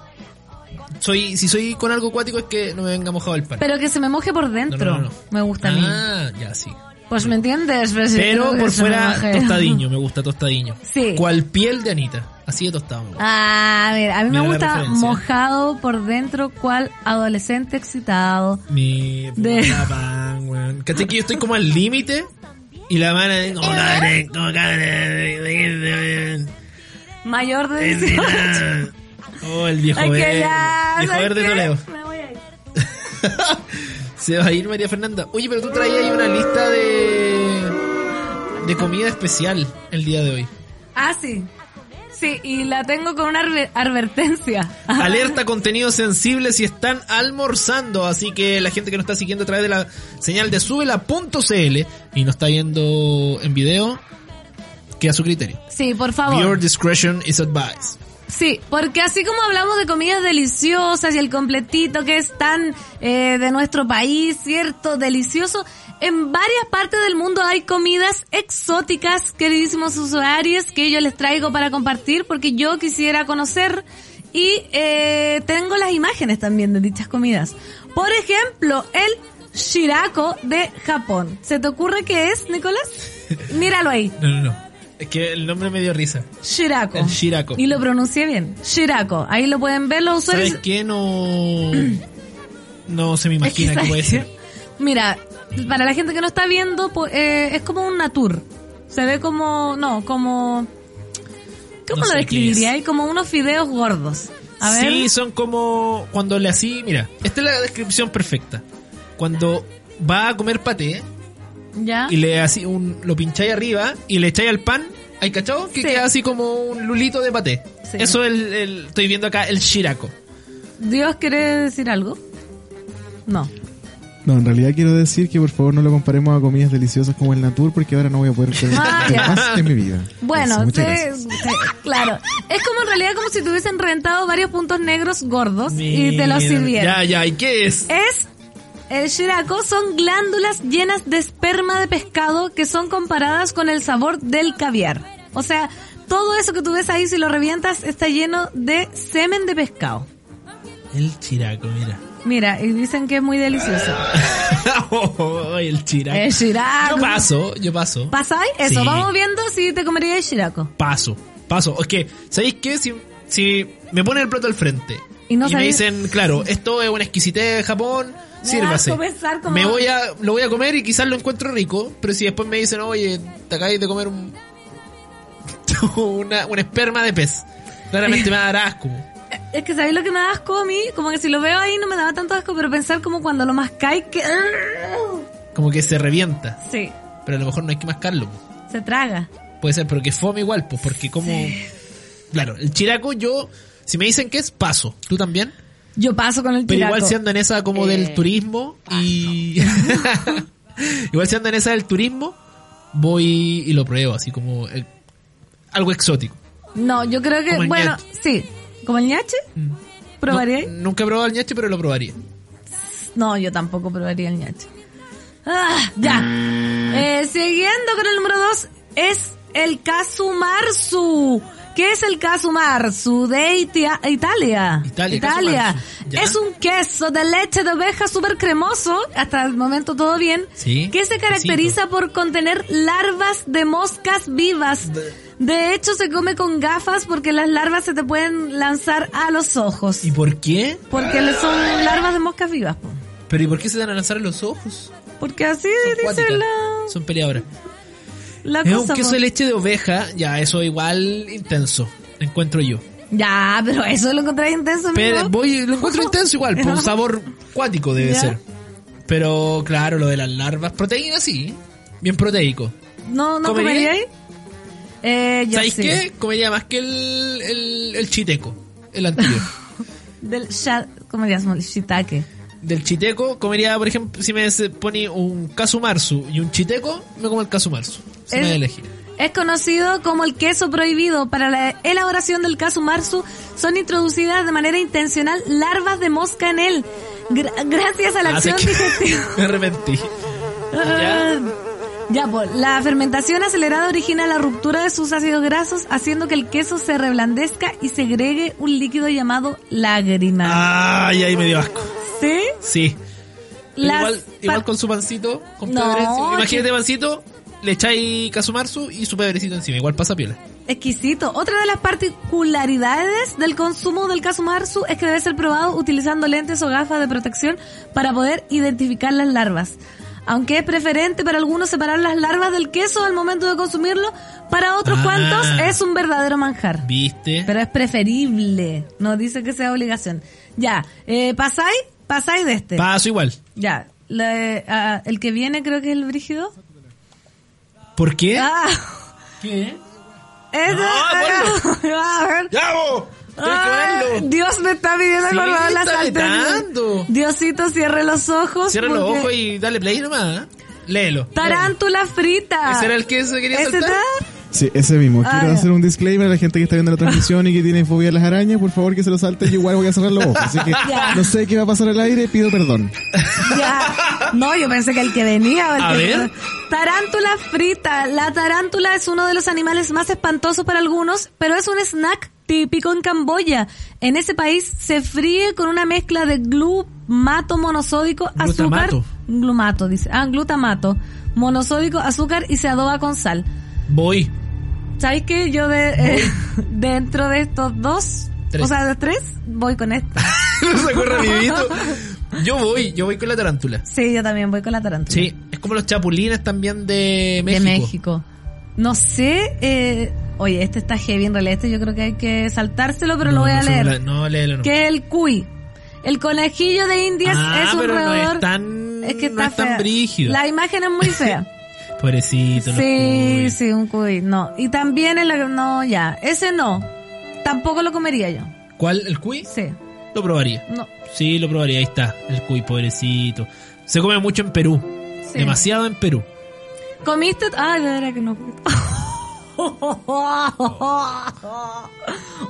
Soy, si soy con algo acuático es que no me venga mojado el pan. Pero que se me moje por No, dentro. no, no, no. Me gusta a mí. Ah, ya, sí. Pues eh, me entiendes, pero, si yo Pero creo que por es una fuera mujer. tostadiño, me gusta tostadiño. Sí. Cual piel de Anita, así de tostado. me gusta. Ah, mira, a mí Mira me la gusta referencia. mojado por dentro, cual adolescente excitado. Mi De- puta pan, weón. Caché que yo estoy como al límite y la mano es como "Dale, como dale". Mayor de 18. Oh, el viejo Ay, que verde. ya, Viejo ¿sabes verde qué? no leo. Me voy a ir. Se va a ir María Fernanda. Oye, pero tú traías ahí una lista de de comida especial el día de hoy. Ah, sí. Sí, y la tengo con una arve- advertencia. Alerta contenidos sensibles si están almorzando. Así que la gente que nos está siguiendo a través de la señal de subela.cl y nos está viendo en video, queda a su criterio. Sí, por favor. Your discretion is advised. Sí, porque así como hablamos de comidas deliciosas y el completito que es tan eh, de nuestro país, ¿cierto? Delicioso. En varias partes del mundo hay comidas exóticas, queridísimos usuarios, que yo les traigo para compartir porque yo quisiera conocer y eh, tengo las imágenes también de dichas comidas. Por ejemplo, el shirako de Japón. ¿Se te ocurre qué es, Nicolás? Míralo ahí. No, no, no. Es que el nombre me dio risa. Shirako. El shirako. Y lo pronuncié bien. Shirako. Ahí lo pueden ver los usuarios. ¿Sabes qué? No. No se me Es que imagina qué ¿sabes puede qué? ser. Mira, para la gente que no está viendo, po- eh, es como un natur. Se ve como, no, como... ¿Cómo No sé lo qué describiría? es. Hay como unos fideos gordos. A ver. Sí, son como cuando le así, mira, esta es la descripción perfecta. Cuando va a comer paté ya. y le así un lo pincháis arriba y le echáis al pan, ¿hay cachado? Que Sí. queda así como un lulito de paté. Sí. Eso es el, el- estoy viendo acá el shirako. ¿Dios quiere decir algo? No. No, en realidad quiero decir que por favor no lo comparemos a comidas deliciosas como el Natur porque ahora no voy a poder comer Ah, ya. más en mi vida. Bueno, Eso, muchas te- gracias. te- claro. Es como en realidad como si te hubiesen reventado varios puntos negros gordos y te los Mira, sirvieron. Ya, ya, ¿y qué es? es el shirako son glándulas llenas de esperma de pescado que son comparadas con el sabor del caviar. O sea, todo eso que tú ves ahí si lo revientas está lleno de semen de pescado. El shirako, mira. Mira, y dicen que es muy delicioso. Ah, Oh, el shirako. El shirako. Yo paso, yo paso. ¿Pasa ahí? Eso, Sí. vamos viendo si te comerías el shirako. paso, paso. Es que, ¿sabéis qué? Si, si me ponen el plato al frente Y y, no me sabéis- dicen, claro, esto es una exquisitez de Japón, Me sírvase. da asco pensar como- Me voy a, lo voy a comer y quizás lo encuentro rico, pero si después me dicen, oye, te acabáis de comer un, una, un esperma de pez, claramente me dará asco. Eh, Es que sabéis lo que me da asco a mí, como que si lo veo ahí no me daba tanto asco, pero pensar como cuando lo mascáis que... ¡ah! Como que se revienta, Sí, pero a lo mejor no hay que mascarlo. po. se traga. Puede ser, pero que fome igual, pues, porque como... Claro, el chiraco yo, si me dicen que es, paso. ¿Tú también? Yo paso con el Pero shirako. igual se anda en esa como Eh, del turismo ah, y... igual se anda en esa del turismo, voy y lo pruebo, así como eh, algo exótico. No, yo creo que, Como el bueno, ñache. Mm. sí. ¿Como el ñache? ¿Probaría? No, nunca he probado el ñache, pero lo probaría. No, yo tampoco probaría el ñache. Ah, ya. Mm. Eh, siguiendo con el número dos, es el Casumarsu. ¿Qué es el Casumarsu de Itia- Italia? Italia, casumarzu. Ya. Es un queso de leche de oveja súper cremoso, hasta el momento todo bien, Sí, que se caracteriza por contener larvas de moscas vivas. De hecho, se come con gafas porque las larvas se te pueden lanzar a los ojos. ¿Y por qué? Porque le- son larvas de moscas vivas, po. ¿Pero y por qué se dan a lanzar los ojos? Porque así Son dice cuáticas, la, son peleadoras. la Es un cosa. queso po. de leche de oveja, ya, eso igual intenso, encuentro yo. Ya, pero eso lo encontré intenso, Pero amigo. voy, lo encuentro intenso igual, por un sabor cuático debe Ya. ser. Pero claro, lo de las larvas, proteína sí, bien proteico. No, no ¿Comería? comería ahí. Eh, yo ¿Sabéis sí. qué? Comería más que el, el, el chiteco, el anterior. Del sha, comerías un shiitake. Del chiteco, comería, por ejemplo, si me se- pone un casumarsu y un chiteco, me como el casumarsu. Si me Es- elegir. Es conocido como el queso prohibido. Para la elaboración del casumarsu son introducidas de manera intencional larvas de mosca en él. Gra- gracias a la Ah, sé acción que- digestiva. me arrepentí. Ya. Ya, pues, la fermentación acelerada origina la ruptura de sus ácidos grasos, haciendo que el queso se reblandezca y segregue Ah, un líquido llamado lágrima. Ay, ahí me dio asco. ¿Sí? Sí. Pero Las igual, igual pa- con su pancito, con No, pedrecito. Imagínate que- pancito, le echáis casumarsu y su pedrecito encima. Igual pasa piola. Exquisito. Otra de las particularidades del consumo del casumarsu es que debe ser probado utilizando lentes o gafas de protección para poder identificar las larvas. Aunque es preferente para algunos separar las larvas del queso al momento de consumirlo, para otros Ah. cuantos es un verdadero manjar. ¿Viste? Pero es preferible. No dice que sea obligación. Ya, eh, pasáis, pasáis de este. Paso igual. ya. Le- ah, el que viene creo que es el brígido. ¿Por qué? Ah, ¿Qué? ese- a ver. ¡Bravo! Ah, Dios me está pidiendo Sí, por favor las está alternativas. retando. Diosito, cierre los ojos. Cierra los porque- ojos y dale play nomás. ¿eh? Léelo. Tarántula frita. ¿Ese era el que se quería ¿Ese saltar? está? Sí, ese mismo. Quiero Ah, ya. hacer un disclaimer a la gente que está viendo la transmisión y que tiene fobia a las arañas. Por favor, que se lo salte. Yo igual voy a cerrar los ojos. Así que Ya. no sé qué va a pasar al aire. Pido perdón. Ya. No, yo pensé que el que venía. el A que- ver. Tarántula frita. La tarántula es uno de los animales más espantosos para algunos, pero es un snack típico en Camboya. En ese país se fríe con una mezcla de glumato monosódico, azúcar, Glutamato. glumato dice, ah, glutamato, monosódico, azúcar y se adoba con sal. Voy. ¿Sabéis que yo de, eh, dentro de estos dos, Tres. o sea, de tres, voy con este. esta? no se acuerda mi vito. Yo voy, yo voy con la tarántula. Sí, yo también voy con la tarántula. Sí, es como los chapulines también de México. De México. No sé, eh, oye, este está heavy en realidad, este yo creo que hay que saltárselo, pero No, lo voy a no se leer. burla- no, léelo no. Que es el cuy. El conejillo de indias Ah, es un pero no roedor. es tan, es que no está es tan fea. brígido. La imagen es muy fea. Pobrecito, no sí, cuy. sí, un cuy, no. Y también el, no, ya, ese no. Tampoco lo comería yo. ¿Cuál? ¿El cuy? Sí, Lo probaría. no. Sí, lo probaría. Ahí está. El cuy, pobrecito. Se come mucho en Perú. Sí. Demasiado en Perú. ¿Comiste? Ay, de verdad que no.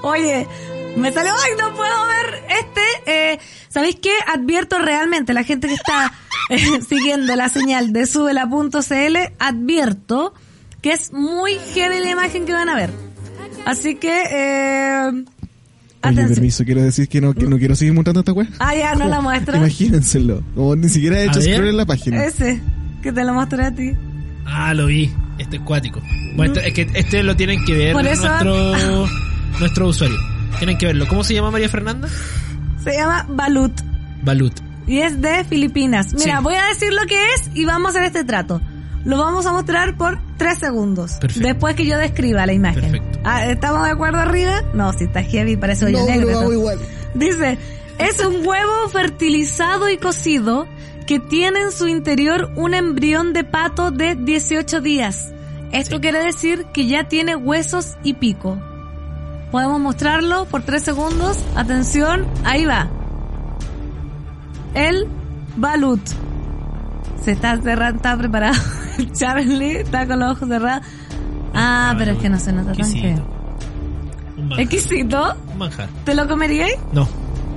Oye, me salió, ay, no puedo ver este. Eh, ¿Sabéis qué? Advierto realmente, la gente que está eh, siguiendo la señal de subela.cl, advierto que es muy heavy la imagen que van a ver. Así que, eh, Oye, atención. permiso. Quiero decir que no, que no quiero seguir montando esta wea. Ah, ya, no la muestro. Imagínenselo. Como ni siquiera he A hecho ver. scroll en la página. Ese, que te lo mostré a ti. Ah, lo vi. Este es cuático. Bueno, este, es que este lo tienen que ver Por eso- ah. nuestro, nuestro usuario. Tienen que verlo. ¿Cómo se llama María Fernanda? Se llama Balut. Balut. Y es de Filipinas. Mira, Sí. voy a decir lo que es y vamos a hacer este trato. Lo vamos a mostrar por tres segundos. Perfecto. Después que yo describa la imagen. Perfecto. Ah, ¿Estamos de acuerdo arriba? No, si está heavy, parece hoyo No, negro. lo hago igual. Dice, es un huevo fertilizado y cocido que tiene en su interior un embrión de pato de 18 días. Esto quiere decir que ya tiene huesos y pico. Podemos mostrarlo por 3 segundos. Atención, ahí va. El balut. Se está cerrando, está preparado. Charlie está con los ojos cerrados. Ah, pero es que no se nota tan que... Exquisito. Un manjar. Exquisito. Un manjar. ¿Te lo comeríais? No.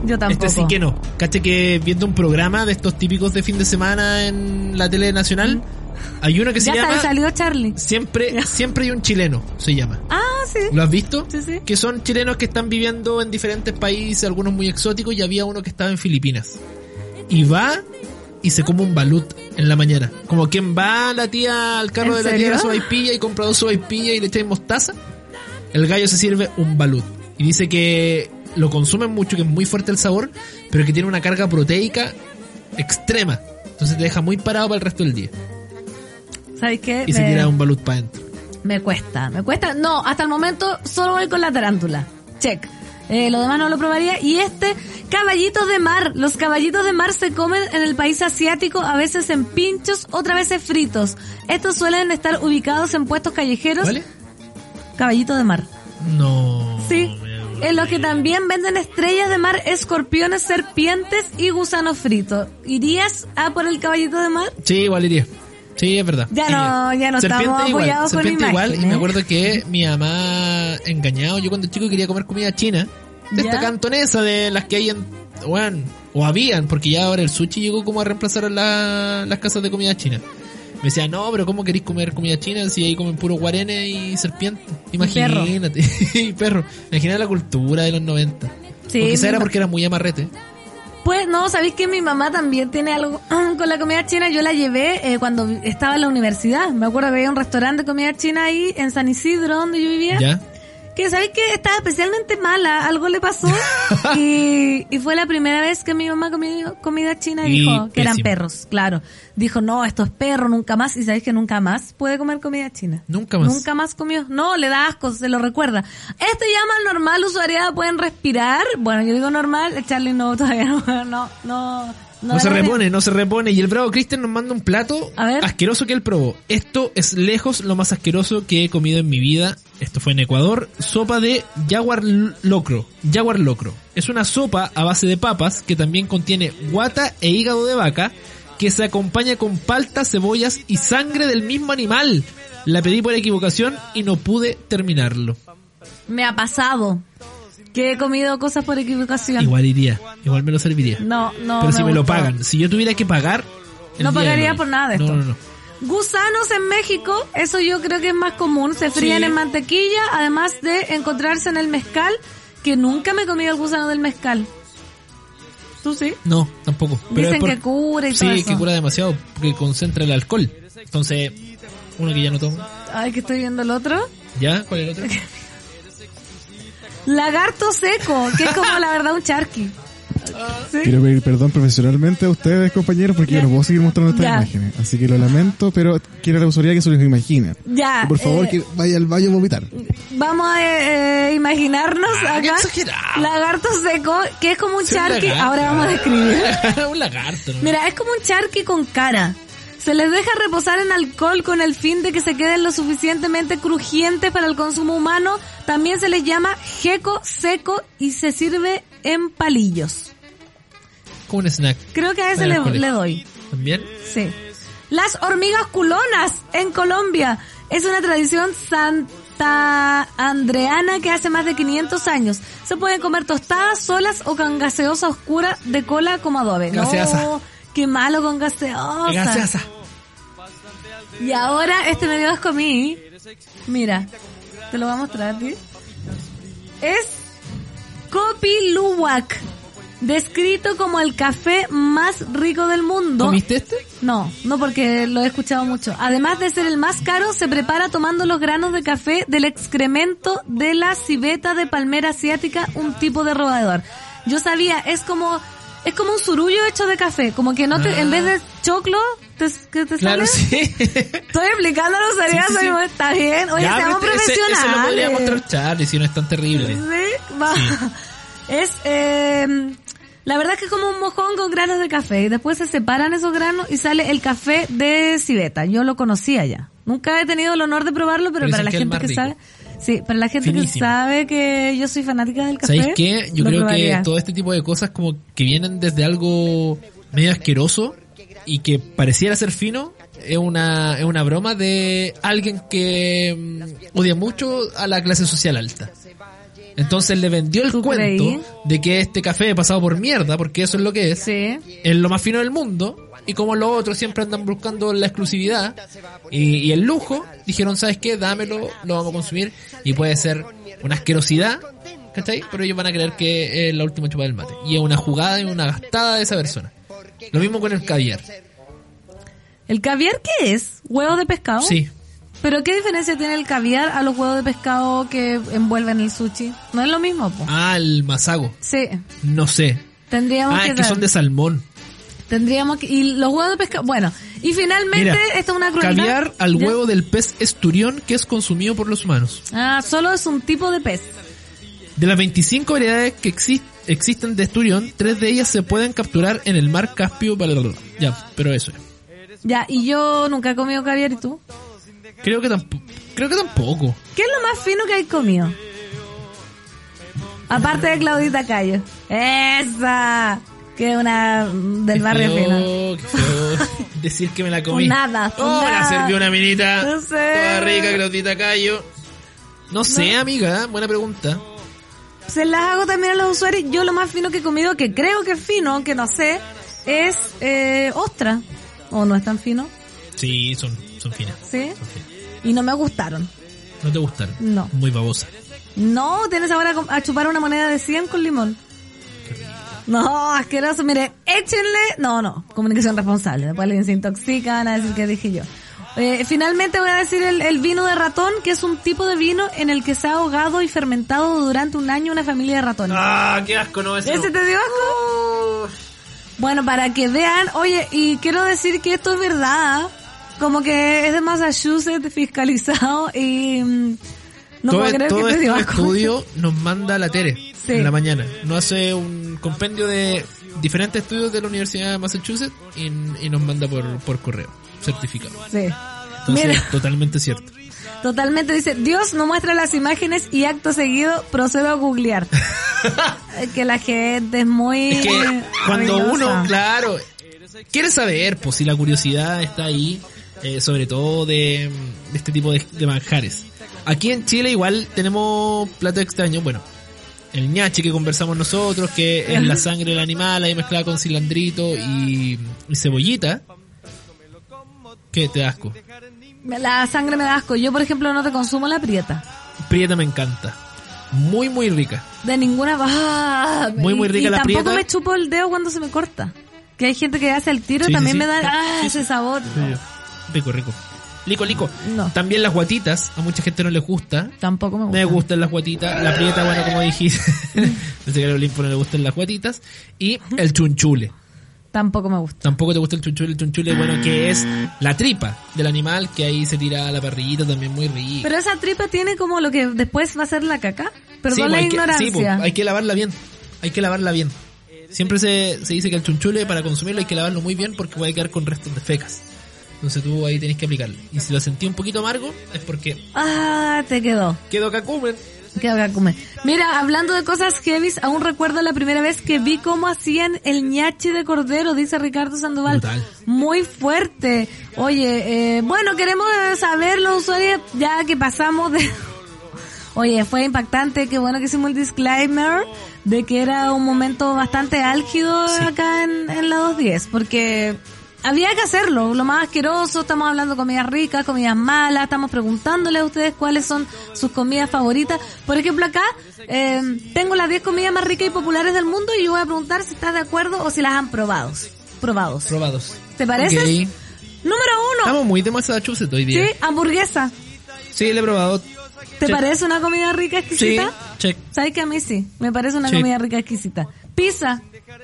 Yo tampoco. Este sí que no. Caché que viendo un programa de estos típicos de fin de semana en la tele nacional, hay uno que se ya llama sal- salió Charlie. Siempre, siempre hay un chileno, se llama. Ah, sí. ¿Lo has visto? Sí, sí. Que son chilenos que están viviendo en diferentes países, algunos muy exóticos, y había uno que estaba en Filipinas. Y va y se come un balut en la mañana. Como quien va la tía al carro ¿En de la tía de la serio? sopaipilla y compra dos sopaipillas y le echáis mostaza. El gallo se sirve un balut. Y dice que lo consumen mucho, que es muy fuerte el sabor, pero que tiene una carga proteica extrema. Entonces te deja muy parado para el resto del día. ¿Sabes qué? Y se me, tira un balut para adentro. me cuesta, me cuesta. No, hasta el momento solo voy con la tarántula. Check. Eh, lo demás no lo probaría. Y este, caballitos de mar. Los caballitos de mar se comen en el país asiático, a veces en pinchos, otras veces fritos. Estos suelen estar ubicados en puestos callejeros. ¿Vale? Caballitos de mar. No. Sí. En los que también venden estrellas de mar, escorpiones, serpientes y gusanos fritos. ¿Irías a por el caballito de mar? Sí, igual iría. Sí, es verdad. Ya no- Iría. ya no estamos igual, apoyados con serpiente igual. Y imágenes. me acuerdo que mi mamá engañado, yo cuando chico quería comer comida china, de Ya. esta cantonesa de las que hay en, bueno, o habían, porque ya ahora el sushi llegó como a reemplazar a la- las casas de comida china. Me decía, no, pero ¿cómo queréis comer comida china si ahí comen puro guarene y serpiente? perro. Imagínate. Y perro. Imagínate la cultura de los 90. Sí, o quizá me era ima- porque era muy amarrete. después, Pues no, ¿sabéis que mi mamá también tiene algo con la comida china? Yo la llevé eh, cuando estaba en la universidad. Me acuerdo que había un restaurante de comida china ahí en San Isidro, donde yo vivía. ¿Ya? Que sabéis que estaba especialmente mala, algo le pasó. y, y fue la primera vez que mi mamá comió comida china y Y dijo que eran pésimo. perros, claro. Dijo, no, esto es perro, nunca más. Y sabéis que nunca más puede comer comida china. Nunca más. Nunca más comió. No, le da asco, se lo recuerda. Este llama al normal, usuaria, pueden respirar. Bueno, yo digo normal, el Charlie no, todavía no, no, no. No se repone, no se repone. Y el bravo Christian nos manda un plato A ver. asqueroso que él probó. Esto es lejos lo más asqueroso que he comido en mi vida. Esto fue en Ecuador. Sopa de jaguar l- locro. Jaguar locro. Es una sopa a base de papas que también contiene guata e hígado de vaca que se acompaña con palta, cebollas y sangre del mismo animal. La pedí por equivocación y no pude terminarlo. Me ha pasado que he comido cosas por equivocación. Igual iría. Igual me lo serviría. No, no. Pero si me lo gustó. pagan. Si yo tuviera que pagar... el No día de pagaría hoy. por nada de esto. No, no, no. Gusanos en México, eso yo creo que es más común, se frían Sí. en mantequilla, además de encontrarse en el mezcal, que nunca me he comido el gusano del mezcal. ¿Tú sí? No, tampoco. Dicen es por- que cura y Sí, todo eso. que cura demasiado, que concentra el alcohol. Entonces, uno que ya no toma. Ay, que estoy viendo el otro. ¿Ya? ¿Cuál es el otro? Lagarto seco, que es como la verdad un charqui. Quiero pedir perdón profesionalmente a ustedes, compañeros, porque yo no puedo seguir mostrando estas Ya. imágenes. Así que lo lamento, pero quiero la usuaria que se los imagine. Ya. Y por favor, eh, que vaya al baño a vomitar. Vamos a eh, eh, imaginarnos Ah, qué acá. exagerado. Lagarto seco, que es como un Sí, un charqui. lagarto. Ahora vamos a describir. un lagarto. ¿no? Mira, es como un charqui con cara. Se les deja reposar en alcohol con el fin de que se queden lo suficientemente crujientes para el consumo humano. También se les llama jeco seco y se sirve en palillos. Como un snack. Creo que a ese Para el le, colegio. le doy. ¿También? Sí. Las hormigas culonas en Colombia. Es una tradición santa andreana que hace más de 500 años. Se pueden comer tostadas solas o con gaseosa oscura de cola como adobe. No, Gaseosa. qué malo con gaseosa. Gaseosa. Y ahora este medio asco a mí. Mira, te lo voy a mostrar, ¿sí? Es Kopi Luwak, descrito como el café más rico del mundo. ¿Comiste este? No, no porque lo he escuchado mucho. Además de ser el más caro, se prepara tomando los granos de café del excremento de la civeta de palmera asiática, un tipo de robador. Yo sabía, es como es como un surullo hecho de café, como que no te, Ah. en vez de choclo, te, que te Claro, sale. sí. Estoy explicando a los areas, Sí, sí, sí. oye, está bien. Oye, Ya, pero seamos este- ese- profesionales. Eso lo podría mostrar Charlie si no es tan terrible. Sí, va. Es, eh, la verdad es que es como un mojón con granos de café. Y después se separan esos granos y sale el café de civeta. Yo lo conocía ya. Nunca he tenido el honor de probarlo, pero, Pero para dicen la que es el gente más que rico. sabe. Sí, para la gente que Finísimo. sabe que yo soy fanática del café. ¿Sabéis qué? Yo lo creo probaría. que todo este tipo de cosas como que vienen desde algo medio asqueroso y que pareciera ser fino es una, es una broma de alguien que mm, odia mucho a la clase social alta. Entonces le vendió el ¿Tú cuento creí? de que este café pasado por mierda, porque eso es lo que es, Sí. es lo más fino del mundo, y como los otros siempre andan buscando la exclusividad y, y el lujo, dijeron, ¿sabes qué? Dámelo, lo vamos a consumir, y puede ser una asquerosidad, ¿cachai? Pero ellos van a creer que es la última chupa del mate, y es una jugada y una gastada de esa persona. Lo mismo con el caviar. ¿El caviar qué es? ¿Huevo de pescado? Sí. ¿Pero qué diferencia tiene el caviar a los huevos de pescado que envuelven el sushi? No es lo mismo, po. Ah, el masago. Sí. No sé. Tendríamos Ah, que es que dar- son de salmón. Tendríamos que... Y los huevos de pescado... Bueno, y finalmente, Mira, esto es una crueldad... caviar al Ya. huevo del pez esturión que es consumido por los humanos. Ah, solo es un tipo de pez. De las 25 variedades que exis- existen de esturión, tres de ellas se pueden capturar en el mar Caspio. bla, bla, bla. Ya, pero eso. es. Ya, y yo nunca he comido caviar, ¿y tú? Creo que tampoco. Creo que tampoco. ¿Qué es lo más fino que hay comido? Aparte de Claudita Cayo. ¡Esa! Que es una mm, del Qué barrio feo, fino. qué feo Decir que me la comí. Un nada, un Oh, me la nada. sirvió una minita. No sé. Toda rica, Claudita Cayo. No sé, amiga. Buena pregunta. Se las hago también a los usuarios. Yo lo más fino que he comido, que creo que es fino, que no sé, es eh, ostra. ¿O no es tan fino? Sí, son, son finas. ¿Sí? son finas. Y no me gustaron. No te gustan. No. Muy babosa. No, tienes ahora a chupar una moneda de 100 con limón. No, asqueroso. Mire, échenle. No, no. Comunicación responsable. Después alguien se intoxica, van a decir que dije yo. Eh, finalmente voy a decir el, el vino de ratón, que es un tipo de vino en el que se ha ahogado y fermentado durante un año una familia de ratones. Ah, qué asco, no, ese no. ¿Ese te dio asco? Bueno, para que vean, oye, y quiero decir que esto es verdad, ¿ah? como que es de Massachusetts fiscalizado y mm, no todo puedo creer todo que te este dio asco. estudio nos manda la Tere Sí. en la mañana. Nos hace un compendio de diferentes estudios de la Universidad de Massachusetts y, y nos manda por, por correo certificado. Sí. Entonces, Mira. totalmente cierto. Totalmente dice, Dios no muestra las imágenes y acto seguido procedo a googlear. Es que la gente es muy... Es que cuando habilidosa. uno, claro, quiere saber, pues si la curiosidad está ahí, eh, sobre todo de, de este tipo de, de manjares. Aquí en Chile igual tenemos platos extraños, bueno, el ñache que conversamos nosotros, que es la sangre del animal ahí mezclada con cilandrito y, y cebollita. Que te da asco. La sangre me da asco. Yo, por ejemplo, no te consumo la prieta. Prieta me encanta. Muy, muy rica. De ninguna... ¡Ah! Muy, muy Y- rica y la tampoco prieta. me chupo el dedo cuando se me corta. Que hay gente que hace el tiro Sí, y sí, también sí. me da... Sí, ¡Ah! sí, ese sabor. Rico, rico. Lico, lico. No. También las guatitas. A mucha gente no les gusta. Tampoco me gusta. Me gustan las guatitas. La prieta, bueno, como dijiste. Pensé que al Olimpo no le gustan las guatitas. Y el chunchule. Tampoco me gusta. Tampoco te gusta el chunchule. El chunchule, bueno, que es la tripa del animal que ahí se tira a la parrillita también muy rico. Pero esa tripa tiene como lo que después va a ser la caca. Perdón Sí, pues, la hay que- sí, pues, ignorancia. hay que lavarla bien. Hay que lavarla bien. Siempre se, se dice que el chunchule para consumirlo hay que lavarlo muy bien porque puede quedar con restos de fecas. Entonces tú ahí tenés que aplicarle. Y si lo sentí un poquito amargo es porque Ah, te quedó. quedó cacumen. Qué haga comer. Mira, hablando de cosas heavies, aún recuerdo la primera vez que vi cómo hacían el ñache de cordero, dice Ricardo Sandoval. Brutal. Muy fuerte. Oye, eh, bueno, queremos saber los usuarios ya que pasamos de... Oye, fue impactante, qué bueno que hicimos el disclaimer de que era un momento bastante álgido acá en, en la 210, porque había que hacerlo, lo más asqueroso, estamos hablando de comidas ricas, comidas malas, estamos preguntándoles a ustedes cuáles son sus comidas favoritas. Por ejemplo, acá eh, tengo las 10 comidas más ricas y populares del mundo y yo voy a preguntar si estás de acuerdo o si las han probado. Probados. Probados. ¿Te parece? Ok. Número uno, Estamos muy de Massachusetts hoy sí, día. hamburguesa. Sí, le he probado. ¿Te Sí. parece una comida rica Sí, exquisita? check. ¿Sabes que a mí sí? Me parece una Sí. comida rica exquisita. Pizza.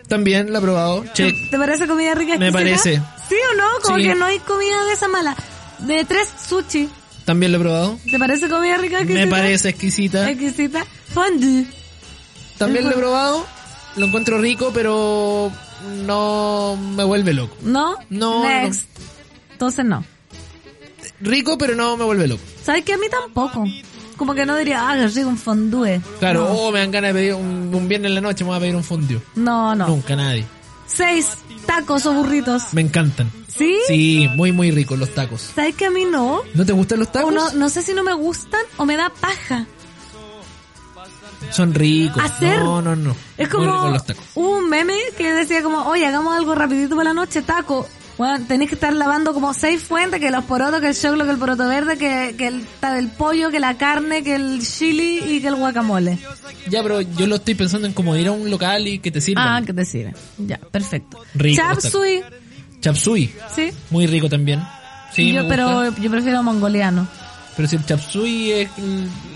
También la he probado. Check. ¿Te parece comida rica Me exquisita? parece. ¿Sí o no? Como Sí. que no hay comida de esa mala. De tres, sushi. También la he probado. ¿Te parece comida rica exquisita? Me parece exquisita. Exquisita. Fondue. También la he probado. Lo encuentro rico, pero no me vuelve loco. ¿No? No, Next. Entonces no. Rico, pero no me vuelve loco. ¿Sabes que a mí tampoco? Como que no diría, ah, qué rico un fondue. Claro, oh, me dan ganas de pedir un, un viernes en la noche, me voy a pedir un fundio. No, no. Nunca nadie. Seis, tacos o burritos. Me encantan. ¿Sí? Sí, muy, muy ricos los tacos. ¿Sabes que a mí no? ¿No te gustan los O tacos? Oh, no, no sé si no me gustan o me da paja. Son ricos. Hacer. No, no, no. Es Muy como ricos los tacos. hubo un meme que decía como, oye, hagamos algo rapidito para la noche, taco. Bueno, tenés que estar lavando como seis fuentes, que los porotos, que el choclo, que el poroto verde, que, que el, ta- el pollo, que la carne, que el chili y que el guacamole. Ya, pero yo lo estoy pensando en como ir a un local y que te Ah, sirvan. que te sirve. Ya, perfecto. Rico, Chap está- suey, Chapsui. sí. Muy rico también. Sí, yo, me gusta. pero yo prefiero mongoliano. Pero si el chapsui es,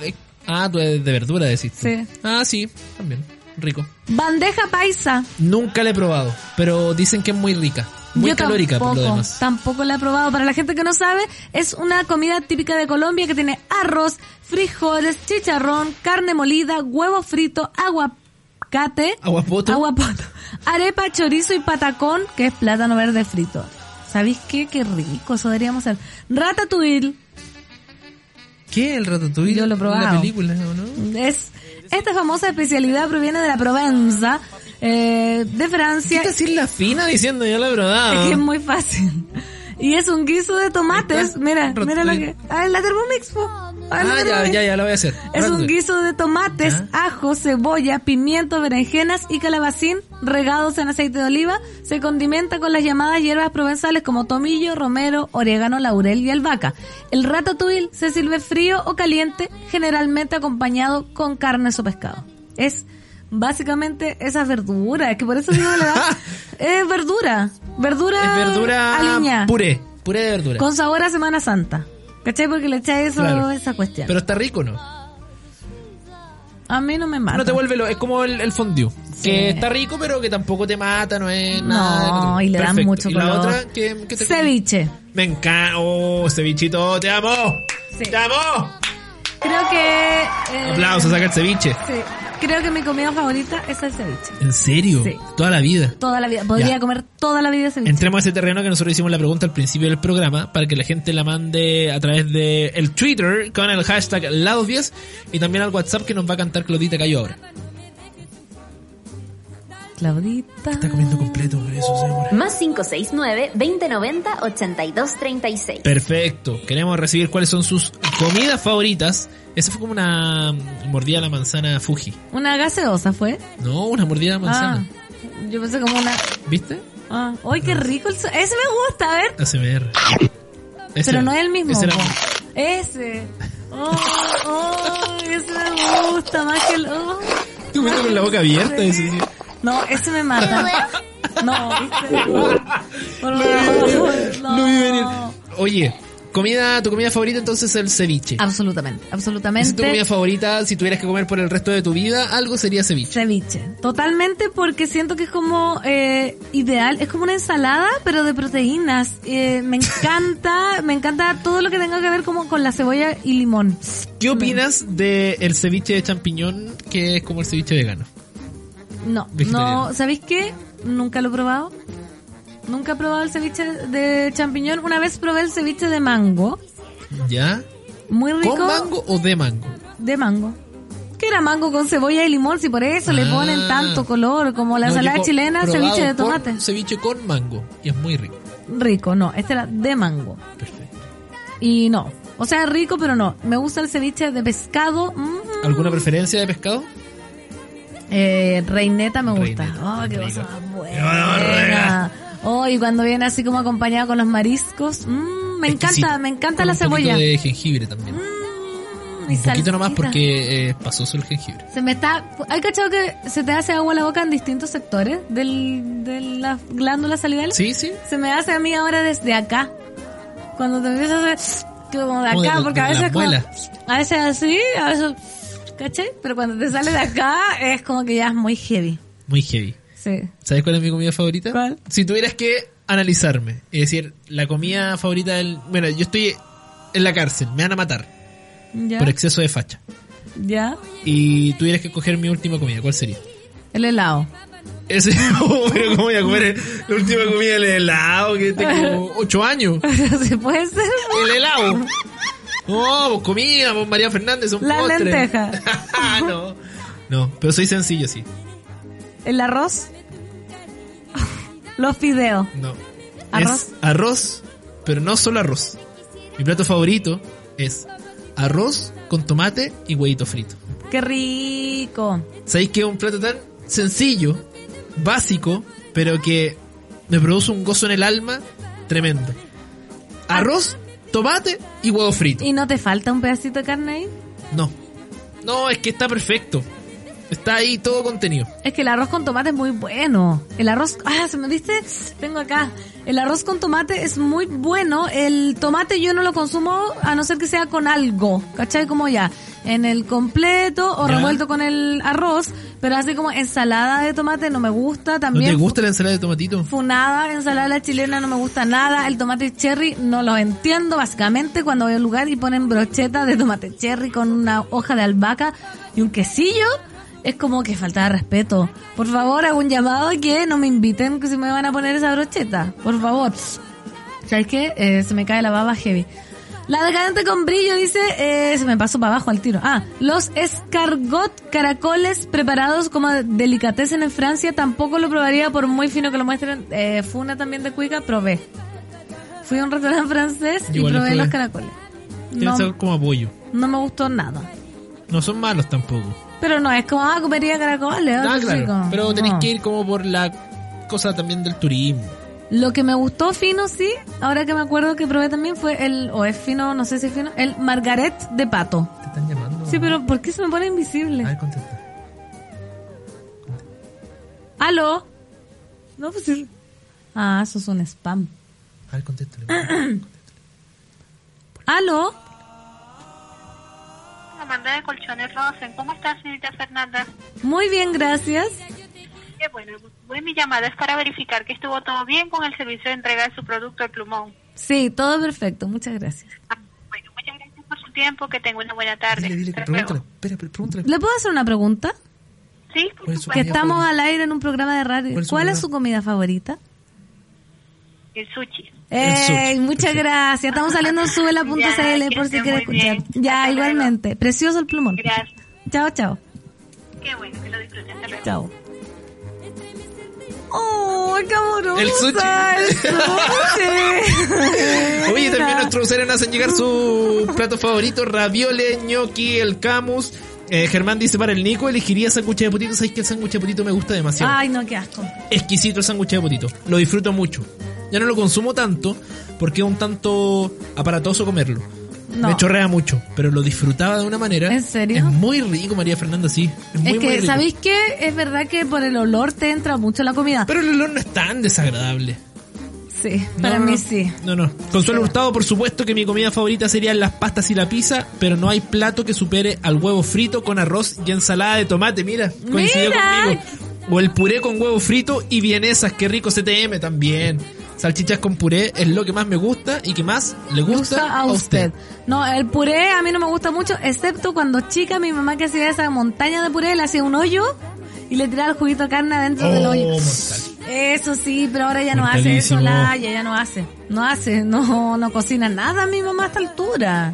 es- Ah, tú es de verdura, decís. tú. Sí. Ah, sí, también. Rico. Bandeja paisa. Nunca la he probado, pero dicen que es muy rica. Muy Yo calórica tampoco, por lo demás. Tampoco la he probado. Para la gente que no sabe, es una comida típica de Colombia que tiene arroz, frijoles, chicharrón, carne molida, huevo frito, aguacate, Aguapoto. aguapoto, arepa, chorizo y patacón, que es plátano verde frito. ¿Sabéis qué? Qué rico, eso deberíamos hacer. Ratatouille ¿Qué? El ratatouille. Yo lo he La probado. película, ¿o ¿no? es... Esta famosa especialidad proviene de la Provenza, eh, de Francia. ¿Qué decir la fina diciendo yo la he probado? Es que es muy fácil. Y es un guiso de tomates. Ahí está. Mira, Ratatouille. mira lo que. Ah, en la Thermomix, po. Ah, en la Ah, ya, Thermomix. ya, ya, la voy a hacer. Es un Ratatouille. guiso de tomates, Ya. ajo, cebolla, pimiento, berenjenas y calabacín regados en aceite de oliva. Se condimenta con las llamadas hierbas provenzales como tomillo, romero, orégano, laurel y albahaca. El ratatouille se sirve frío o caliente, generalmente acompañado con carnes o pescado. Es básicamente esas verduras. Es que por eso digo la edad. Es verdura. Verdura, Es verdura aliña. puré. Puré de verdura. Con sabor a Semana Santa. ¿Cachai? Porque le echáis eso, Claro. esa cuestión. Pero está rico, ¿no? a mí no me mata. No te vuelve lo, es como el, el fondue. Sí. Que está rico, pero que tampoco te mata, no es No, nada. del otro. y le dan Perfecto. mucho ¿Y la color. otra? ¿Qué, qué te Ceviche. Me encanta. Oh, cevichito, te amo. Sí. Te amo. Creo que. eh, Aplausos, saca el ceviche. sí. Creo que mi comida favorita es el ceviche. ¿En serio? Sí. Toda la vida. Toda la vida. Podría Ya. comer toda la vida ceviche. Entremos a ese terreno que nosotros hicimos la pregunta al principio del programa para que la gente la mande a través de el Twitter con el hashtag Lados10 y también al WhatsApp que nos va a cantar Claudita Cayo ahora. Claudita. Está comiendo completo, por eso, señora. Más 569-2090-8236. Perfecto. Queremos recibir cuáles son sus comidas favoritas. Esa fue como una mm, mordida a la manzana Fuji. Una gaseosa fue. No, una mordida a la Ah, manzana. yo pensé como una. ¿Viste? Ah, ¡Ay, qué rico! El... so- Ese me gusta, a ver. ACMR. Ese Pero era. no es el mismo. Ese era- po. Ese. Oh, oh, ese me gusta más que el. oh. Tú vete con la boca abierta. ese. No, ese me mata. No, ¿viste? Por favor, no. Lo vi venir. Oye, comida, tu comida favorita entonces es el ceviche. Absolutamente, Esa es tu comida absolutamente. favorita, si tuvieras que comer por el resto de tu vida, algo sería ceviche. Ceviche. Totalmente porque siento que es como eh, ideal, es como una ensalada, pero de proteínas. Eh, me encanta, me encanta todo lo que tenga que ver como con la cebolla y limón. ¿Qué opinas del el ceviche de champiñón, que es como el ceviche vegano? No, Vegetariano. no, ¿sabéis qué? Nunca lo he probado. Nunca he probado el ceviche de champiñón. Una vez probé el ceviche de mango. ¿Ya? Muy rico. ¿Con mango o de mango? De mango. Que era mango con cebolla y limón, si por eso le Ah. ponen tanto color, como la No, yo ensalada co- chilena, probado ceviche de con- tomate. ceviche con mango, y es muy rico. Rico, no, este era de mango. Perfecto. Y no, o sea, rico, pero no. Me gusta el ceviche de pescado. mm, ¿Alguna preferencia de pescado? Eh, reineta me gusta. Reineta, oh, qué rico. cosa más buena. Oh, y cuando viene así como acompañado con los mariscos. mm, me Exquisito. encanta, me encanta Con la un poquito cebolla. de jengibre también. Mm, y un poquito nomás salsita. porque eh, pasoso el jengibre. Se me está. ¿Hay cachado que se te hace agua la boca en distintos sectores del, de las glándulas salivales? Sí, sí. Se me hace a mí ahora desde acá. Cuando te empiezas a hacer. Como de Como de- acá, de porque a las veces. como- muelas. a veces así, a veces. ¿Cachai? Pero cuando te sale de acá, es como que ya es muy heavy. Muy heavy. Sí. ¿Sabes cuál es mi comida favorita? ¿Cuál? Si tuvieras que analizarme, es decir, la comida favorita del... Bueno, yo estoy en la cárcel, me van a matar Ya. por exceso de facha. Ya. Y tuvieras que escoger mi última comida, ¿cuál sería? El helado. Ese, Oh, pero ¿cómo voy a comer la última comida del helado? Que tengo ocho años. ¿Se puede ser? El helado. No, pues comida, pues María Fernández, un La postre. lenteja. no, no, pero soy sencillo, sí. ¿El arroz? Los fideos. No. ¿Arroz? Es arroz, pero no solo arroz. Mi plato favorito es arroz con tomate y huevito frito. ¡Qué rico! ¿Sabéis que es un plato tan sencillo, básico, pero que me produce un gozo en el alma tremendo? Arroz, tomate y huevo frito. Ah. ¿Y no te falta un pedacito de carne ahí? No. No, es que está perfecto. Está ahí todo contenido. Es que el arroz con tomate es muy bueno. El arroz, ah, se me viste, tengo acá. El arroz con tomate es muy bueno. El tomate yo no lo consumo a no ser que sea con algo, ¿cachai? Como ya, en el completo o Ya. revuelto con el arroz, pero así como ensalada de tomate no me gusta ¿No también. te gusta la ensalada de tomatito? Funada, ensalada a la chilena no me gusta nada, el tomate cherry no lo entiendo básicamente cuando voy a un lugar y ponen brocheta de tomate cherry con una hoja de albahaca y un quesillo, es como que falta de respeto. Por favor, hago un llamado que no me inviten que si me van a poner esa brocheta, por favor. ¿Sabes qué? Eh, se me cae la baba heavy. La decadente con brillo dice, eh, se me pasó para abajo al tiro. Ah, los escargot caracoles preparados como delicatessen en Francia tampoco lo probaría por muy fino que lo muestren. Eh, Funa también de Cuica, probé. Fui a un restaurante francés y Igual los probé probé. los caracoles. Tiene No, sabor como apoyo. no me gustó nada. No son malos tampoco. Pero no, es como, ah, comería caracoles. ah, Ah, qué claro. rico. Pero tenéis No. que ir como por la cosa también del turismo. Lo que me gustó fino, sí, ahora que me acuerdo que probé también fue el, o es fino, no sé si es fino, el margaret de pato. Te están llamando. Sí, pero ¿por qué se me pone invisible? A ver, contesta. Aló. No, pues sí. Ah, eso es un spam. A ver, contéstale. Ah, contéstale. Aló. Amanda de Colchones Rosen. ¿Cómo está, señorita Fernández? Muy bien, gracias. Qué bueno. Bueno, mi llamada es para verificar que estuvo todo bien con el servicio de entrega de su producto, el plumón. Sí, todo perfecto. Muchas gracias. Ah, bueno, muchas gracias por su tiempo. Que tenga una buena ah, tarde. Dile, dile, Hasta pregúntale. luego. Espera, espera, pregúntale. ¿Le puedo hacer una pregunta? Sí, por ¿Cuál es su supuesto. Que Comida estamos favorita. al aire en un programa de radio. ¿Cuál ¿Cuál es es, su comida? su comida favorita? El sushi. Ey, sushi. muchas gracias. Estamos saliendo en subela.cl Ya, por si que quiere esté muy escuchar. bien. Ya, Hasta igualmente. Precioso el plumón. Gracias. Chao, chao. Qué bueno que lo disfruten. Hasta luego. Chao. ¡Oh, qué amorosa! El sushi. el sushi. Oye, también Mira. nuestros usuarios nos hacen llegar su plato favorito, ravioles, ñoqui, el camus. Eh, Germán dice para el Nico, elegiría sándwich de potito. ¿Sabes que el sándwich de potito me gusta demasiado? Ay, no, qué asco. Exquisito el sándwich de potito. Lo disfruto mucho. Ya no lo consumo tanto porque es un tanto aparatoso comerlo. No. Me chorrea mucho, pero lo disfrutaba de una manera. ¿En serio? Es muy rico, María Fernanda, sí. Es, muy, es muy que, rico. ¿sabéis qué? Es verdad que por el olor te entra mucho la comida. Pero el olor no es tan desagradable. Sí, No, para no, mí no. sí. No, no. Consuelo Hurtado, por supuesto que mi comida favorita serían las pastas y la pizza, pero no hay plato que supere al huevo frito con arroz y ensalada de tomate. Mira, coincidió Mira. conmigo. O el puré con huevo frito y vienesas, qué rico CTM también. Salchichas con puré es lo que más me gusta y que más le gusta, gusta a usted. No, el puré a mí no me gusta mucho, excepto cuando chica mi mamá que hacía esa montaña de puré, le hacía un hoyo y le tiraba el juguito de carne adentro del Oh, hoyo. mortal. Eso sí, pero ahora ya no hace eso, Mortalísimo. la ya, ya no hace. No hace, no, no cocina nada mi mamá a esta altura.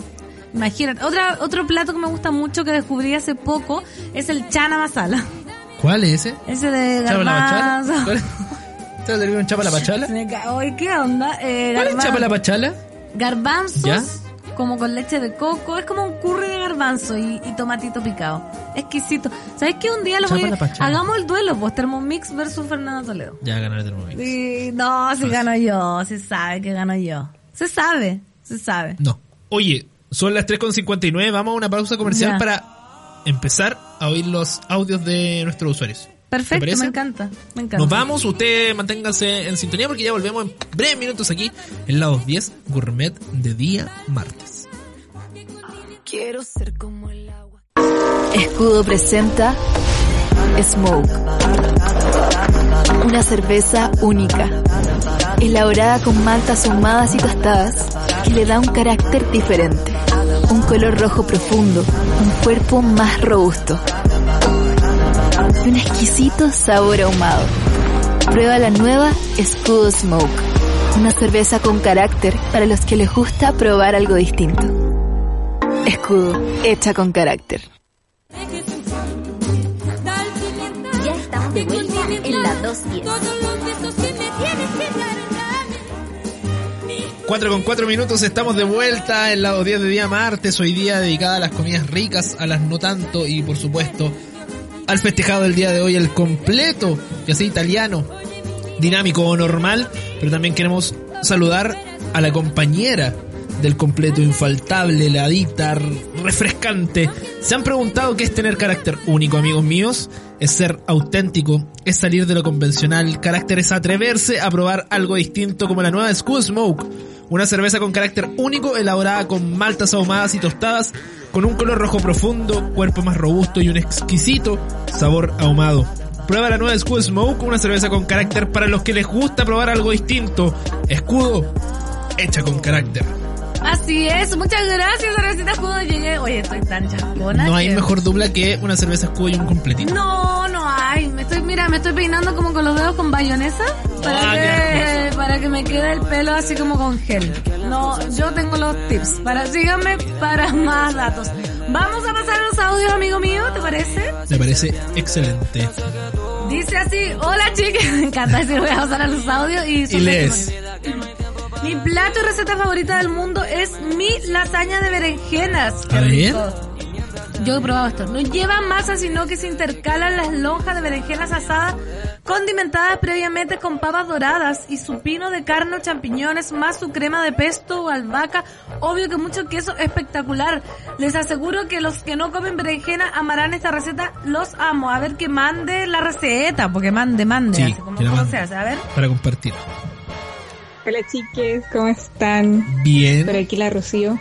Imagínate. Otra, otro plato que me gusta mucho que descubrí hace poco es el chana masala. ¿Cuál es ese? Ese de ¿Chapa la pachala? garbanzo. ¿Cuál es? ¿Te lo deriva en chapa la pachala? Se me ca- Oye, ¿qué onda? Eh, ¿Cuál es garbanzo. chapa la pachala? garbanzos ¿Ya? como con leche de coco, es como un curry de garbanzo y, y tomatito picado. Exquisito. ¿Sabes qué? Un día lo Chapa voy a... la pachanga. Hagamos el duelo, pues Thermomix versus Fernando Toledo. Ya ganó el Thermomix. Y no, si gano yo, se sabe que gano yo. Se sabe, se sabe. No. Oye, son las 3.59, vamos a una pausa comercial Ya. para empezar a oír los audios de nuestros usuarios. Perfecto, parece? me encanta, me encanta. Nos vamos, usted manténgase en sintonía porque ya volvemos en breves minutos aquí en la 10 Gourmet de día martes. Escudo presenta Smoke. Una cerveza única, elaborada con maltas ahumadas y tostadas que le da un carácter diferente, un color rojo profundo, un cuerpo más robusto y un exquisito sabor ahumado. Prueba la nueva Escudo Smoke, una cerveza con carácter para los que les gusta probar algo distinto. Escudo, hecha con carácter. Ya estamos de vuelta en la 210. 4 con 4 minutos, estamos de vuelta en la 10 de día martes, hoy día dedicada a las comidas ricas, a las no tanto y por supuesto al festejado del día de hoy, el completo, ya sea italiano, dinámico o normal, pero también queremos saludar a la compañera del completo infaltable, la adicta, r- refrescante. Se han preguntado qué es tener carácter único, amigos míos. Es ser auténtico, es salir de lo convencional. Carácter es atreverse a probar algo distinto como la nueva School Smoke. Una cerveza con carácter único elaborada con maltas ahumadas y tostadas, con un color rojo profundo, cuerpo más robusto y un exquisito sabor ahumado. Prueba la nueva School Smoke, una cerveza con carácter para los que les gusta probar algo distinto. Escudo, hecha con carácter. Así es, muchas gracias, Cervecita Escudo. Llegué, oye, estoy tan chascona. No hay que- mejor dupla que una cerveza escudo y un completito. No, no hay. Me estoy, mira, me estoy peinando como con los dedos con bayonesa para, Ah, qué que, para que me quede el pelo así como con gel. No, yo tengo los tips. Para síganme para más datos. Vamos a pasar los audios, amigo mío, ¿te parece? Me parece excelente. Dice así, hola chicas, me encanta decir voy a pasar a los audios y, Y son lees. Mi plato y receta favorita del mundo es mi lasaña de berenjenas. Qué A ver. rico. yo he probado esto. No lleva masa, sino que se intercalan las lonjas de berenjenas asadas condimentadas previamente con papas doradas y su pino de carne o champiñones, más su crema de pesto o albahaca. Obvio que mucho queso espectacular. Les aseguro que los que no comen berenjena amarán esta receta. Los amo. A ver que mande la receta, porque mande, mande. Sí, así como, que la como mande. se hace. A ver. para compartir. Hola chiques, ¿cómo están? Por Bien, aquí la Rocío.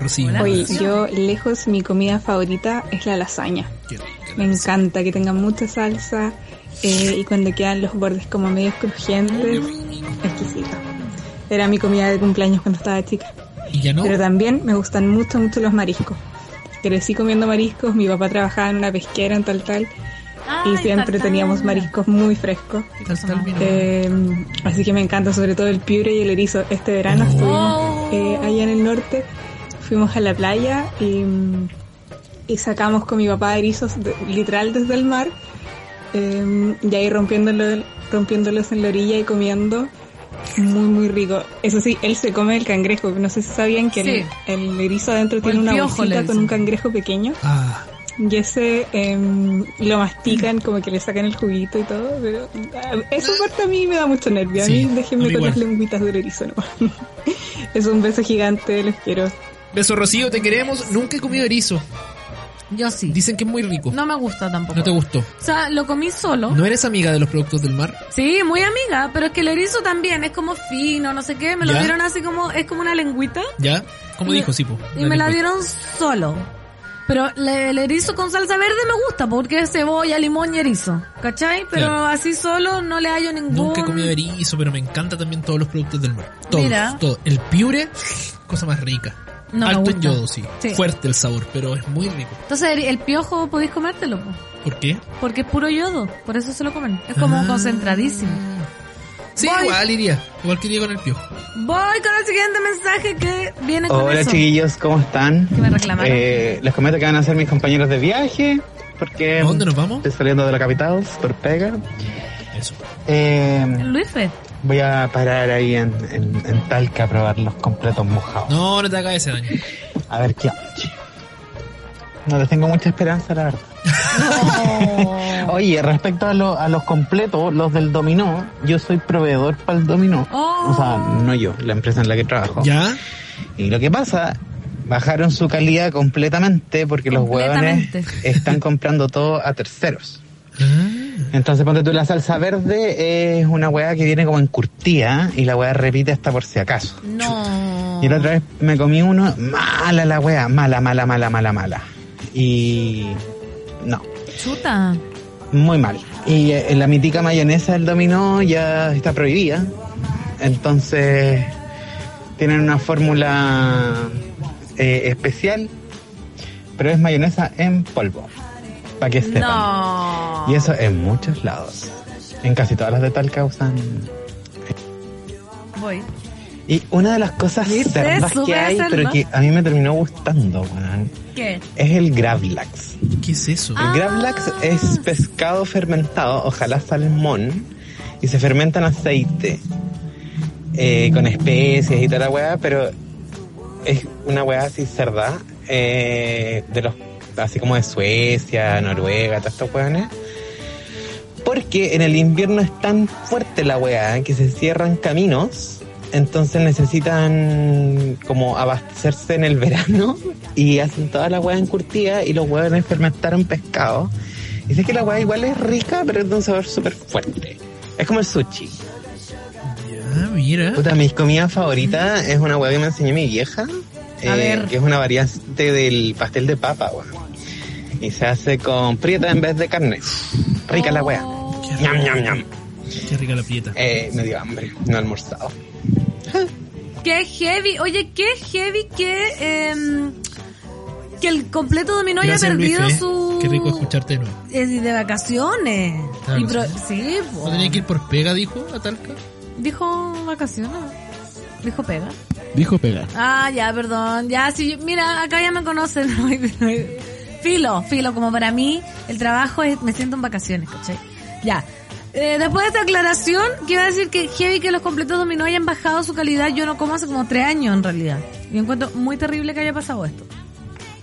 Rocío. Oye, yo lejos mi comida favorita es la lasaña. Qué rica. Me encanta que tenga mucha salsa eh, y cuando quedan los bordes como medios crujientes, exquisito. Era mi comida de cumpleaños cuando estaba chica. Y ya no. Pero también me gustan mucho, mucho los mariscos. Crecí comiendo mariscos, mi papá trabajaba en una pesquera en tal tal y siempre teníamos mariscos muy frescos. Tal, tal, bien. Eh, así que me encanta, sobre todo el piure y el erizo. Este verano Oh. estuvimos eh, allá en el norte, fuimos a la playa y, mm, y sacamos con mi papá erizos de- literal desde el mar. eh, y ahí rompiéndolo, rompiéndolos en la orilla y comiendo. Muy, muy rico. Eso sí, él se come el cangrejo. No sé si sabían que el- Sí. el, erizo adentro tiene el una piojo le bolsita con dicen. un cangrejo pequeño. Ah, Y ese em, lo mastican, como que le sacan el juguito y todo, pero ah, esa parte a mí me da mucho nervio. A Sí, mí a déjenme mí con las igual. lengüitas del erizo, ¿no? es un beso gigante, los quiero. beso Rocío, te queremos. Nunca he comido erizo. Yo sí. Dicen que es muy rico. No me gusta tampoco. No te gustó. O sea, lo comí solo. ¿No eres amiga de los productos del mar? Sí, muy amiga, pero es que el erizo también es como fino, no sé qué. Me lo ¿Ya? dieron así como, es como una lengüita ¿Ya? ¿Cómo Y- dijo Sipo? y me la dieron solo. Pero le- el erizo con salsa verde me gusta porque es cebolla, limón y erizo. ¿Cachai? Pero Claro. así solo no le hallo ningún. Nunca he comido erizo, pero me encanta también todos los productos del mar. Todos, Mira. todo. El piure, cosa más rica. No me Alto en gusta. yodo, sí. Sí. Fuerte el sabor, pero es muy rico. Entonces el, el piojo podéis comértelo, po, ¿Por qué? porque es puro yodo, por eso se lo comen. Es como Ah. concentradísimo. Sí, Voy. igual iría. Igual que iría con el piojo. Voy con el siguiente mensaje que viene con Hola eso. chiquillos, ¿cómo están? Que me reclamaron. Eh, les comento que van a ser mis compañeros de viaje, porque ¿A dónde nos vamos? estoy saliendo de la capital, por pega. Eso. Eh, Luisfe. voy a parar ahí en, en- en Talca a probar los completos mojados. No, no te hagas ese daño. A ver qué onda. No les tengo mucha esperanza, la verdad. Oye, respecto a, lo- a los completos, los del dominó, yo soy proveedor para el dominó. Oh. O sea, no yo, la empresa en la que trabajo. ¿Ya? Y lo que pasa, bajaron su calidad completamente porque los huevones Completamente. están comprando todo a terceros. Entonces ponte tú la salsa verde es una hueá que viene como encurtida y la hueá repite hasta por si acaso. No. Y la otra vez me comí uno, mala la hueá, mala, mala, mala, mala, mala. Y no, Chuta. muy mal. Y eh, la mitica mayonesa del dominó ya está prohibida. Entonces tienen una fórmula eh, especial, pero es mayonesa en polvo, para que sepan. No. Y eso en muchos lados. En casi todas las de Talca usan. Voy. Y una de las cosas ¿Viste? cerdas Sube que a hay, cerda. pero que a mí me terminó gustando, weón, ¿Qué? es el Gravlax. ¿Qué es eso? Ah. El Gravlax es pescado fermentado, ojalá salmón, y se fermenta en aceite, eh, con especies y toda la weá, pero es una weá así cerda, eh, de los, así como de Suecia, Noruega, todos estos weones. Porque en el invierno es tan fuerte la weá que se cierran caminos, entonces necesitan como abastecerse en el verano y hacen toda la weá encurtida y los huevones fermentaron pescado. Y sé que la weá igual es rica, pero es de un sabor súper fuerte. Es como el sushi. Ah, mira. Puta, mis comidas favoritas es una weá que me enseñó mi vieja. eh, Que es una variante del pastel de papa, weón. Y se hace con prieta en vez de carne. Rica la weá. Oh. Ñam, ñam, ñam. Qué rica la prieta. Eh, me dio hambre, no he almorzado. Qué heavy. Oye, qué heavy que em, que el completo dominó haya Gracias, perdido Luis, ¿eh? su Qué rico escucharte de nuevo. eh, de vacaciones. Claro, Y pro- sí. sí, po. ¿No tenía que ir por pega, dijo, a Talca? dijo vacaciones. Dijo pega. Dijo pegar. Ah, ya, perdón. Ya, sí, yo- mira, acá ya me conocen. eh, filo, filo, como para mí el trabajo es, me siento en vacaciones, ¿cachai? Ya. Eh, después de esta aclaración, quiero decir que heavy que los completos dominó hayan bajado su calidad. Yo no como hace como tres años en realidad. Y encuentro muy terrible que haya pasado esto.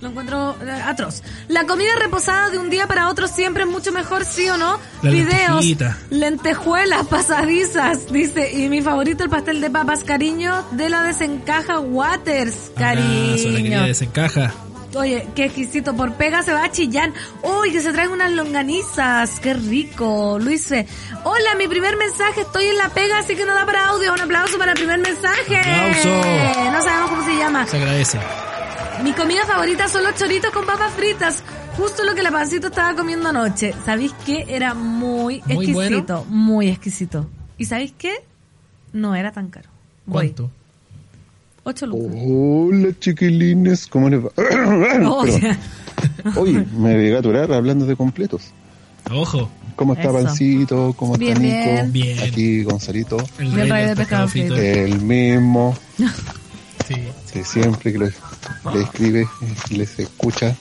Lo encuentro eh, atroz. La comida reposada de un día para otro siempre es mucho mejor, ¿sí o no? La Videos, lentejita. lentejuelas pasadizas, dice. Y mi favorito, el pastel de papas, cariño, de la desencaja Waters, Abrazo, la cariño. querida desencaja. Oye, qué exquisito. Por pega se va a Chillán. Uy, que se traen unas longanizas. Qué rico, Luis. Hola, mi primer mensaje. Estoy en la pega, así que no da para audio. Un aplauso para el primer mensaje. Aplauso. No sabemos cómo se llama. Se agradece. Mi comida favorita son los choritos con papas fritas. Justo lo que la pancito estaba comiendo anoche. ¿Sabéis qué? Era muy, Muy bueno. exquisito. Muy exquisito. ¿Y sabéis qué? No era tan caro. Voy. ¿Cuánto? Ocho lucas. Hola chiquilines, ¿cómo les va? No, o Perdón. sea, Oye, me llegué a aturar hablando de completos. Ojo. ¿Cómo está Eso. Pancito? ¿Cómo está Bien, Nico? bien. Bien. Aquí Gonzalito. El Bien, rey rey del de pescado pescado frito. El mismo Sí. que siempre que lo- le escribe, les escucha.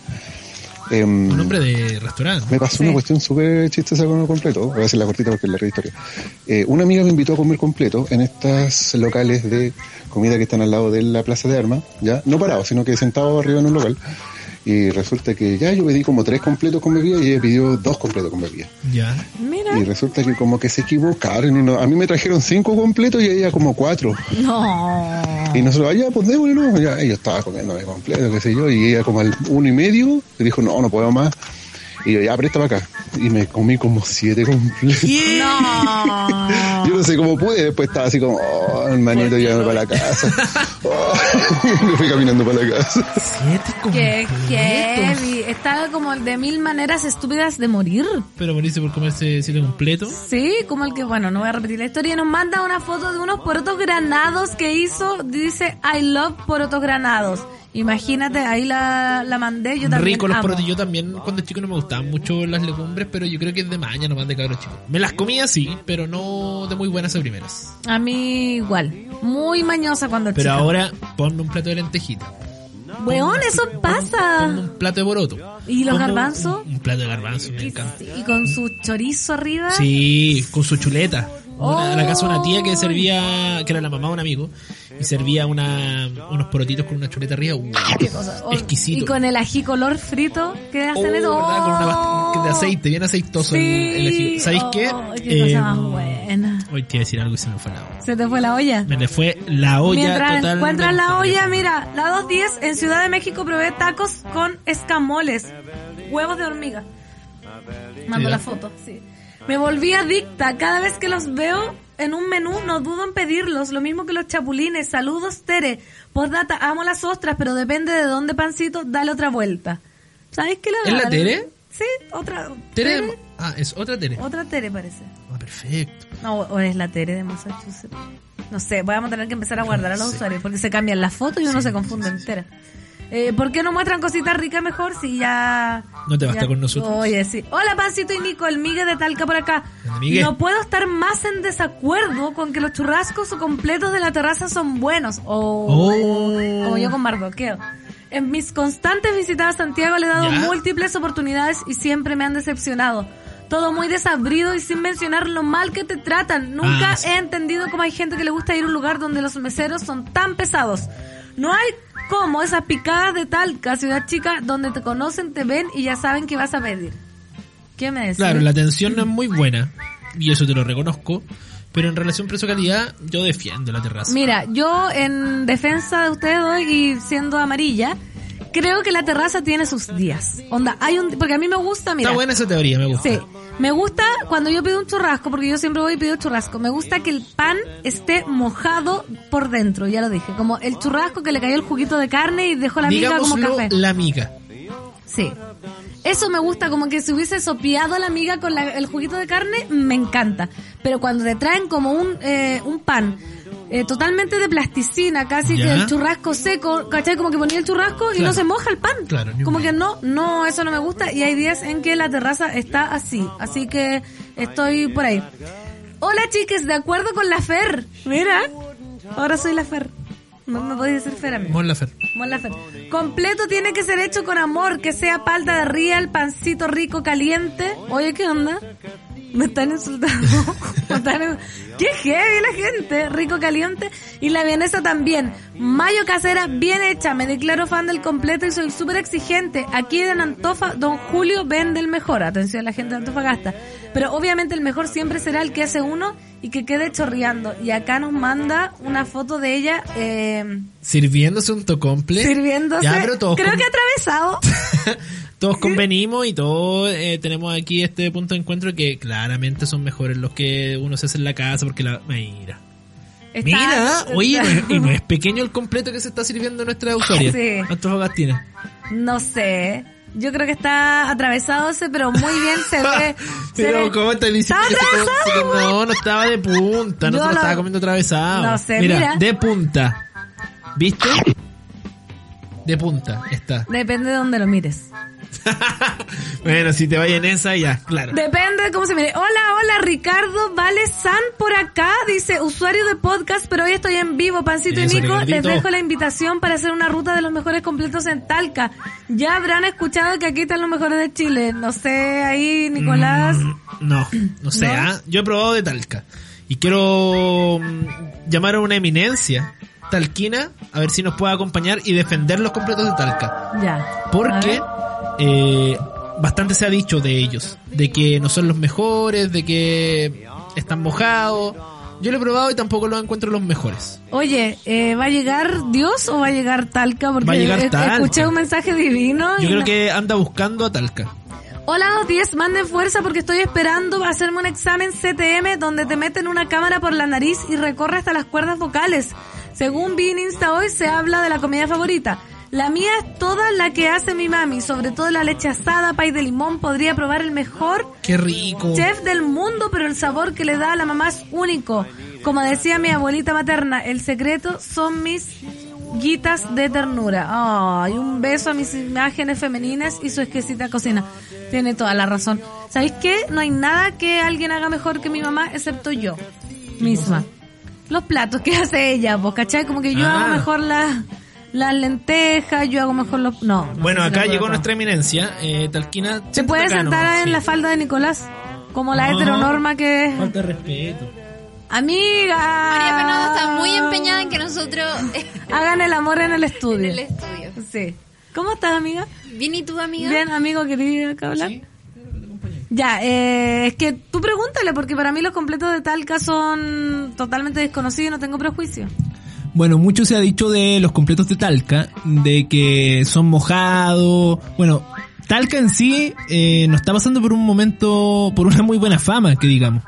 Em, Un nombre de restaurante. me pasó una cuestión súper chistosa con lo completo. Voy a hacer la cortita porque es la historia. Eh, una amiga me invitó a comer completo en estas locales de comida que están al lado de la plaza de armas, ya, no parado, sino que sentado arriba en un local. Y resulta que ya yo pedí como tres completos con bebida y ella pidió dos completos con bebida. Ya. Y resulta que como que se equivocaron. Y no- a mí me trajeron cinco completos y a ella como cuatro. Y nosotros, allá, pues démosle, no. Ya, y yo estaba comiéndome completo, qué sé yo. Y ella como al uno y medio y dijo, no, no puedo más. Y yo, ya, presta para acá. Y me comí como siete completos. Yo no sé cómo pude. Después estaba así como, oh, hermanito, llévame para la casa. Oh, me fui caminando para la casa. Siete qué completos. heavy. Estaba como el de mil maneras estúpidas de morir. Pero morirse por comerse siete completos. Sí, como el que, bueno, no voy a repetir la historia. Nos manda una foto de unos porotos granados que hizo. Dice, I love porotos granados. Imagínate, ahí la, la mandé. Yo también Rico los amo. porotos. Yo también cuando chico no me gustaban mucho las legumbres, pero yo creo que es de maña nomás de cabros chicos. Me las comía sí, pero no de muy buenas a primeras. A mí igual. Muy mañosa cuando Pero chica. ahora ponme un plato de lentejita. Weón, eso Ponme pasa. un plato de boroto. ¿Y los Ponme un- garbanzos? Un, plato de garbanzos, me encanta. Y con su chorizo arriba. Sí, con su chuleta. Una- Oh. la casa de una tía que servía, que era la mamá de un amigo, y servía una, unos porotitos con una chuleta arriba. Uh, Oh, exquisito. Y con el ají color frito que Oh, hacen eso. ¿verdad? Con una Oh. bast- de aceite, bien aceitoso el- el ají. Sí. ¿Sabéis Oh, qué? Qué cosa Em, más buena. Hoy te iba a decir algo y se me fue la olla. Se te fue la olla. Me le fue la olla Mientras totalmente. encuentras la olla, mira, la 210 en Ciudad de México probé tacos con escamoles, huevos de hormiga. Mando Mira. la foto, sí. Me volví adicta, cada vez que los veo en un menú no dudo en pedirlos, lo mismo que los chapulines. Saludos, Tere. Postdata, amo las ostras, pero depende de dónde pancito, dale otra vuelta. ¿Sabes qué ¿Es la dale- Tere? Sí, otra Tere, Tere, ah, es otra Tere. otra Tere parece. Ah, perfecto. No, o es la Tere de Massachusetts. No sé, vamos a tener que empezar a guardar a los usuarios porque se cambian las fotos y uno se confunde entera. Eh, ¿Por qué no muestran cositas ricas mejor si ya... No te basta ya- con nosotros. Oye, sí. Hola, Pancito y Nico, el Migue de Talca por acá. El Migue. No puedo estar más en desacuerdo con que los churrascos o completos de la terraza son buenos. O Oh. como yo con Mardoqueo. En mis constantes visitas a Santiago le he dado Ya. múltiples oportunidades y siempre me han decepcionado. Todo muy desabrido y sin mencionar lo mal que te tratan. Nunca Ah, sí. he entendido cómo hay gente que le gusta ir a un lugar donde los meseros son tan pesados. No hay como esas picadas de Talca, ciudad chica, donde te conocen, te ven y ya saben qué vas a pedir. ¿Qué me decís? Claro, la atención no es muy buena, y eso te lo reconozco, pero en relación precio-calidad, yo defiendo la terraza. Mira, yo en defensa de ustedes dos y siendo amarilla, creo que la terraza tiene sus días. Onda, hay un porque a mí me gusta, mira. Está buena esa teoría, me gusta. Sí. Me gusta cuando yo pido un churrasco, porque yo siempre voy y pido churrasco. Me gusta que el pan esté mojado por dentro, ya lo dije. Como el churrasco que le cayó el juguito de carne y dejó la miga como Digámoslo, café. la miga. Sí. Eso me gusta, como que si hubiese sopeado a la miga con la- el juguito de carne, me encanta. Pero cuando te traen como un, eh, un pan eh, totalmente de plasticina, casi Ya. que el churrasco seco, ¿cachai? Como que ponía el churrasco y Claro. no se moja el pan. Claro, ni un como que brillo. no, no, eso no me gusta. Y hay días en que la terraza está así. Así que estoy por ahí. Hola chiques, de acuerdo con la Fer. Mira, ahora soy la Fer. No me podéis decir Fer a mí. Mon Laferte. Mon Laferte. Completo tiene que ser hecho con amor, que sea palta de real, pancito rico, caliente. Oye, ¿qué onda? Me están insultando. juntaban en- ¡Qué heavy la gente! Rico caliente. Y la vienesa también. Mayo casera bien hecha. Me declaro fan del completo y soy súper exigente. Aquí en Antofa, Don Julio vende el mejor. Atención a la gente de Antofagasta. Pero obviamente el mejor siempre será el que hace uno y que quede chorreando. Y acá nos manda una foto de ella eh, Sirviéndose un tocomple. sirviéndose. Ya, pero todos, Creo con- que atravesado. todos convenimos y todos eh, tenemos aquí este punto de encuentro que claramente son mejores los que uno se hace en la casa porque la... Mira. Está- Mira, oye, no es- y no es pequeño el completo que se está sirviendo nuestra usuaria. Sí. Antofagastina. No sé. Yo creo que está atravesándose, pero muy bien se ve. se Pero ve- ¿cómo estás diciendo Estaba que se- que No, no estaba de punta, no Yo se lo lo- estaba comiendo atravesado. No sé, mira. de punta. ¿Viste? De punta está. Depende de dónde lo mires. Bueno, si te vaya en esa ya, claro. Depende de cómo se mire. Hola, hola, Ricardo Vale San por acá. Dice, usuario de podcast, pero hoy estoy en vivo, Pancito Eso, y Nico. Les Ricardito. dejo la invitación para hacer una ruta de los mejores completos en Talca. Ya habrán escuchado que aquí están los mejores de Chile. No sé, ahí, Nicolás. Mm, No, no sé, ¿No? ¿ah? yo he probado de Talca. Y quiero mm, llamar a una eminencia talquina a ver si nos puede acompañar y defender los completos de Talca. Ya. Porque eh, bastante se ha dicho de ellos, de que no son los mejores, de que están mojados. Yo lo he probado y tampoco los encuentro los mejores. Oye, eh, ¿va a llegar Dios o va a llegar Talca? Porque Va a llegar es- Talca. escuché un mensaje divino. y Yo creo no- que anda buscando a Talca. Hola 210, manden fuerza porque estoy esperando hacerme un examen CTM donde te meten una cámara por la nariz y recorre hasta las cuerdas vocales. Según vi en Insta hoy se habla de la comida favorita. La mía es toda la que hace mi mami, sobre todo la leche asada, pay de limón, podría probar el mejor Qué rico. chef del mundo, pero el sabor que le da a la mamá es único. Como decía mi abuelita materna, el secreto son mis guitas de ternura. Ay, un beso a mis imágenes femeninas y su exquisita cocina. Tiene toda la razón. ¿Sabéis qué? No hay nada que alguien haga mejor que mi mamá, excepto yo misma. Los platos que hace ella, vos, ¿cachai? Como que yo Ah. hago mejor las las lentejas, yo hago mejor los... No. no Bueno, sé si lo acá puedo llegó hacer. nuestra eminencia, eh, Talquina. Se puede Chentacano, sentar en sí. la falda de Nicolás, como la No. heteronorma que es. Falta de respeto. Amiga. María Fernanda está muy empeñada en que nosotros eh, Hagan el amor en el estudio. el estudio. Sí. ¿Cómo estás, amiga? Bien, ¿y tú, amiga? Bien, amigo querido, acá hablar. Ya, eh, es que tú pregúntale, porque para mí los completos de Talca son totalmente desconocidos y no tengo prejuicio. Bueno, mucho se ha dicho de los completos de Talca, de que son mojados. Bueno, Talca en sí eh, no está pasando por un momento, por una muy buena fama, que digamos.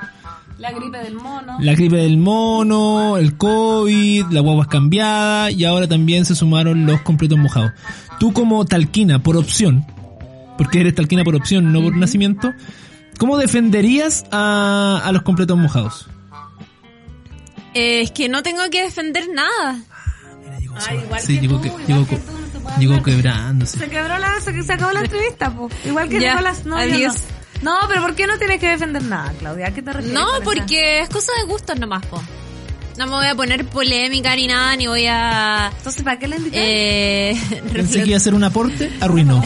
La gripe del mono. La gripe del mono, el COVID, la guagua es cambiada y ahora también se sumaron los completos mojados. Tú como talquina por opción, porque eres talquina por opción, no por nacimiento, ¿cómo defenderías a, a los completos mojados? Eh, es que no tengo que defender nada. igual Sí, llegó, que- llegó co- llegó quebrándose. Se quebró la, se, se acabó la entrevista, po. Igual que Ya, Nicolás. No, yo adiós. No. No, pero ¿por qué no tienes que defender nada, Claudia? ¿A qué te refieres? No, con esa- porque es cosa de gustos nomás, po. No me voy a poner polémica ni nada, ni voy a... Entonces, ¿para qué la invité? Eh, Pensé que iba a hacer un aporte, arruinó.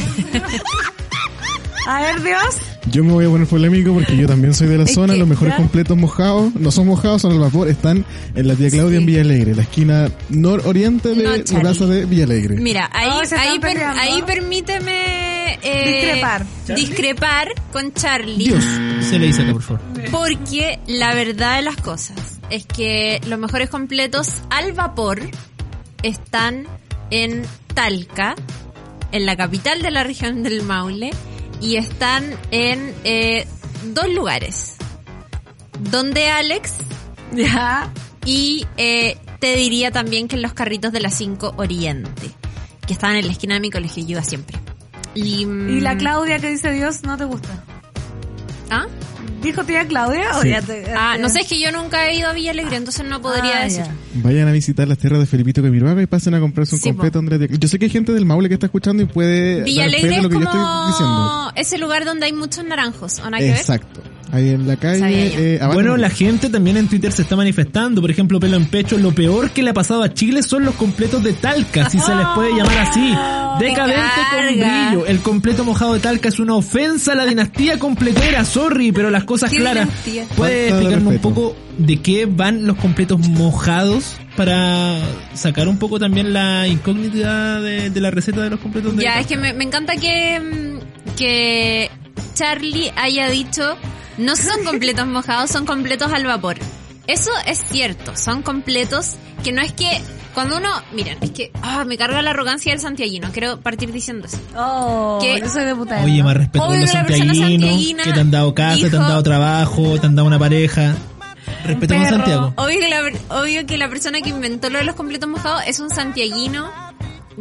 A ver, Dios. Yo me voy a poner polémico porque yo también soy de la Es zona. que, Los mejores ¿ya? completos mojados, no son mojados, son al vapor. Están en la tía Claudia en Villa Alegre, la esquina nororiente de No, la Charlie. plaza de Villa Alegre. Mira, ahí, Oh, se están ahí, per- peleando. ahí permíteme... eh, Discrepar. Discrepar con Charlie. Dios, se le dice acá, por favor. Porque la verdad de las cosas es que los mejores completos al vapor están en Talca, en la capital de la región del Maule, y están en eh, dos lugares. Donde Alex Ya. y eh, te diría también que en los carritos de la 5 Oriente, que estaban en la esquina de mi colegio, yo iba siempre. Y, Y la mm, Claudia que dice Dios no te gusta. ¿Ah? ¿Dijo tía Claudia? o Sí. ya te- Ah, te- no sé, es que yo nunca he ido a Villa Alegre, entonces no podría Ah, decir. ya. Vayan a visitar las tierras de Felipito Camiroaga y pasen a comprarse un Sí, completo. Andrés de- Yo sé que hay gente del Maule que está escuchando y puede Villa dar fe Alegre de es lo que yo estoy diciendo. como ese lugar donde hay muchos naranjos, ¿o nada que ver? Exacto. Ahí en la Sabía calle. yo. eh, abajo. bueno, la gente también en Twitter se está manifestando. Por ejemplo, pelo en pecho. Lo peor que le ha pasado a Chile son los completos de Talca, si se les puede llamar así. Decadente con Ah, carga. brillo. El completo mojado de Talca es una ofensa a la dinastía completera. Sorry, pero las cosas Qué claras. dinastía. ¿Puede Falta de explicarnos un respeto. poco de qué van los completos mojados para sacar un poco también la incógnita de, de la receta de los completos de Ya, Talca? es que me, me encanta que, mm, que Charlie haya dicho, no son completos mojados, son completos al vapor. Eso es cierto, son completos que no es que cuando uno, miren, es que ah, me carga la arrogancia del santiaguino, quiero partir diciendo eso. que yo Oh, soy de puta Oye, más respeto por Obvio los que la persona santiaguinos santiaguina que te han dado casa, te dijo- han dado trabajo, te han dado una pareja. Respetemos a Perro. oh, Santiago. Obvio que, la, per- obvio que la persona que inventó lo de los completos mojados es un santiaguino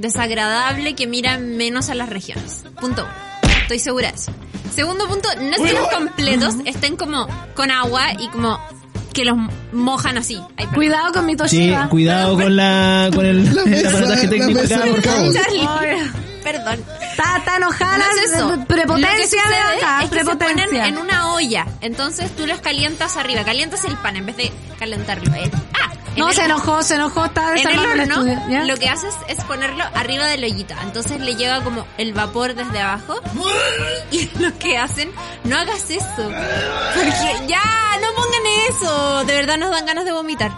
desagradable que mira menos a las regiones. Punto uno. Estoy segura de eso. Segundo punto, no es que los completos estén como con agua y como que los mojan así. Ay, perdón. Cuidado con mi Sí, Toshiba. cuidado con la con el, La el mesa, aparataje la técnico mesa acá, del por favor. caos. Charlie, perdón. Está tan enojada, No es eso. de- Ah, prepotencia Lo que sucede de acá, es que se prepotencia. ponen en una olla. Entonces tú los calientas arriba. Calientas el pan en vez de calentarlo. eh. Ah, en No, el- se enojó, se enojó, está en el desarmando el horno, estudio, ¿ya? lo que haces es ponerlo arriba de la ollita. Entonces le llega como el vapor desde abajo. Y lo que hacen, no hagas eso. Porque ya, no pongan eso. De verdad nos dan ganas de vomitar.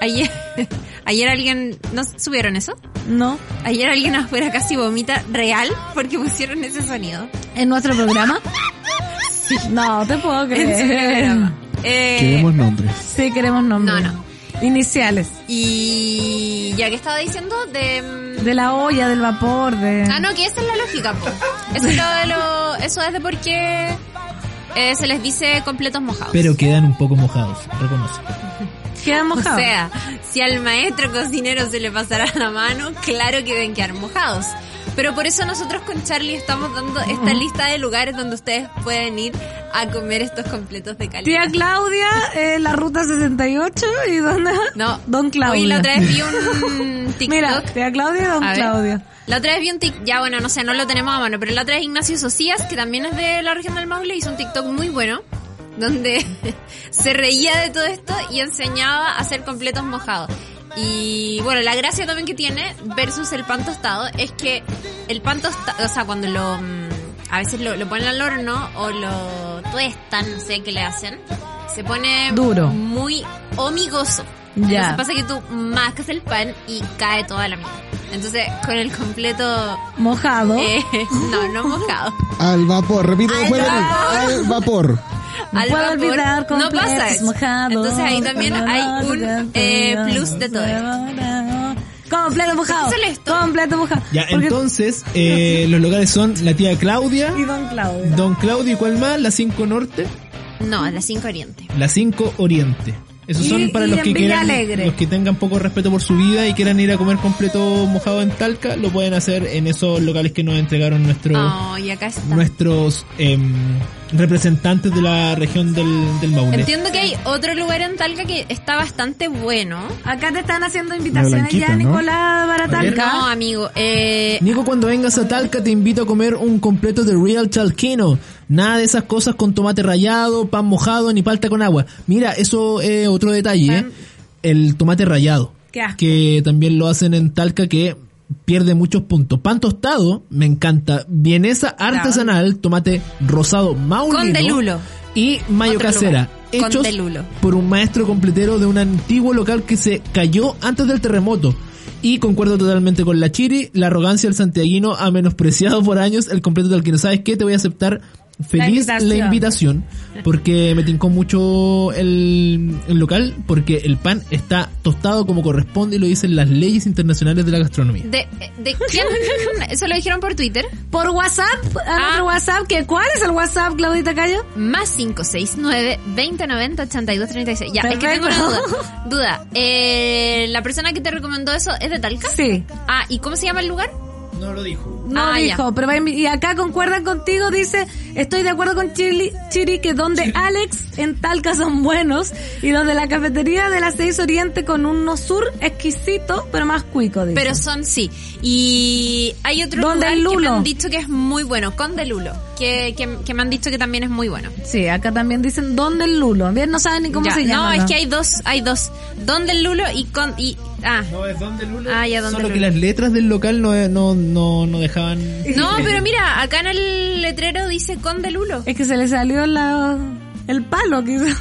Ayer, ayer alguien, ¿no subieron eso? No. Ayer alguien afuera casi vomita real porque pusieron ese sonido. ¿En nuestro programa? Sí. No, te puedo En su creer. programa. Eh, Queremos nombres. Sí, queremos nombres. No, no. Iniciales. Y ya que estaba diciendo de... mm, De la olla, del vapor, de... Ah, no, que esa es la lógica, po. Eso es, lo de lo- eso es de por qué eh, se les dice completos mojados. Pero quedan un poco mojados, reconoce. Quedan mojados. O sea, si al maestro cocinero se le pasará la mano, claro que deben quedar mojados. Pero por eso nosotros con Charlie estamos dando esta lista de lugares donde ustedes pueden ir a comer estos completos de calidad. Tía Claudia, eh, la ruta 68 y dona No, Don Claudio. Oye, la otra vez vi un TikTok. Mira, tía Claudia y don A ver. Claudio. La otra vez vi un TikTok, ya bueno, no sé, no lo tenemos a mano, pero la otra vez Ignacio Socias, que también es de la región del Maule, hizo un TikTok muy bueno, donde se reía de todo esto y enseñaba a hacer completos mojados. Y bueno, la gracia también que tiene versus el pan tostado es que el pan tostado, o sea, cuando lo... mm, A veces lo, lo ponen al horno o lo tuestan, no sé qué le hacen. Se pone Duro. muy homigoso. Ya. Entonces pasa que tú mascas el pan y cae toda la mierda. Entonces, con el completo... Mojado. eh, no, no mojado. Al vapor, repito, Al vuelve a mí. vapor. Al vapor. Al Puedo vapor, olvidar no completos pasa eso. mojados. Entonces ahí también hay un eh, plus de todo esto. Completo mojado. Completo mojado. Ya, Porque- entonces, eh, los lugares son la tía Claudia, Y don Claudio. Don Claudio y cuál más, la 5 Norte, No, a las 5 Oriente. la 5 Oriente. Esos Y- son para y los en que Villa quieran, Alegre. los que tengan poco respeto por su vida y quieran ir a comer completo mojado en Talca, lo pueden hacer en esos locales que nos entregaron nuestros Oh, y acá está. nuestros em, representantes de la región del, del Maule. Entiendo que hay otro lugar en Talca que está bastante bueno. Acá te están haciendo invitaciones ya, Blanquita, ¿no? Nicolás Baratalca. No, amigo. Eh, Nico, cuando vengas a Talca te invito a comer un completo de Real Talquino. Nada de esas cosas con tomate rallado, pan mojado, ni palta con agua. Mira, eso es otro detalle, ¿eh? El tomate rallado. Qué asco. Que también lo hacen en Talca que pierde muchos puntos. Pan tostado, me encanta. Vienesa artesanal, tomate rosado maulino. Con delulo. Y mayo Otro casera. lugar, con Hechos delulo. por un maestro completero de un antiguo local que se cayó antes del terremoto. Y concuerdo totalmente con la Chiri, la arrogancia del santiaguino ha menospreciado por años el completo del que no sabes qué, te voy a aceptar feliz la invitación. invitación, porque me tincó mucho el, el local, porque el pan está tostado como corresponde y lo dicen las leyes internacionales de la gastronomía. ¿De, de quién? ¿Eso lo dijeron por Twitter? Ah, Por WhatsApp, a nuestro WhatsApp, que ¿cuál es el WhatsApp, Claudita Cayo? Más 569-2090-8236. Ya, es que tengo una Perfecto. duda. Duda, eh, ¿la persona que te recomendó eso es de Talca? Sí. Ah, ¿y cómo se llama el lugar? No lo dijo. No Ah, dijo, pero va a invi- y acá concuerdan contigo, dice, estoy de acuerdo con Chiri, Chiri que donde Alex en Talca son buenos y donde la cafetería de las 6 Oriente con un no sur exquisito, pero más cuico, dice. Pero son sí. Y hay otro Don lugar Delulo. que me han dicho que es muy bueno, Conde Lulo. que, que, que me han dicho que también es muy bueno. Sí, acá también dicen Don del Lulo. Bien, no saben ni cómo Ya, se No, llama. es que hay dos, hay dos. Don del Lulo y con y ah. No, es Don del Lulo. Ah, ya Don Solo del que Lulo. las letras del local no, no, no, no dejaban. No, pero mira, acá en el letrero dice con del Lulo. Es que se le salió la, el palo, quizás.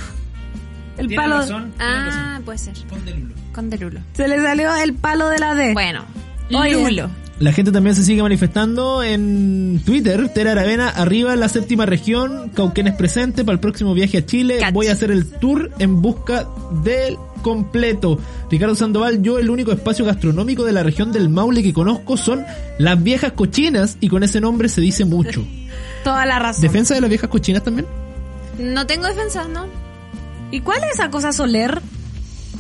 El Tiene palo. razón, tiene Ah, razón. puede ser. Con del Lulo. Con del Lulo. Se le salió el palo de la D. Bueno. Lulo. La gente también se sigue manifestando en Twitter. Tera Aravena, arriba la séptima región. Cauquén es presente para el próximo viaje a Chile. Voy a hacer el tour en busca del completo. Ricardo Sandoval, yo el único espacio gastronómico de la región del Maule que conozco son las viejas cochinas y con ese nombre se dice mucho. Toda la razón. ¿Defensa de las viejas cochinas también? No tengo defensa, ¿no? ¿Y cuál es esa cosa soler?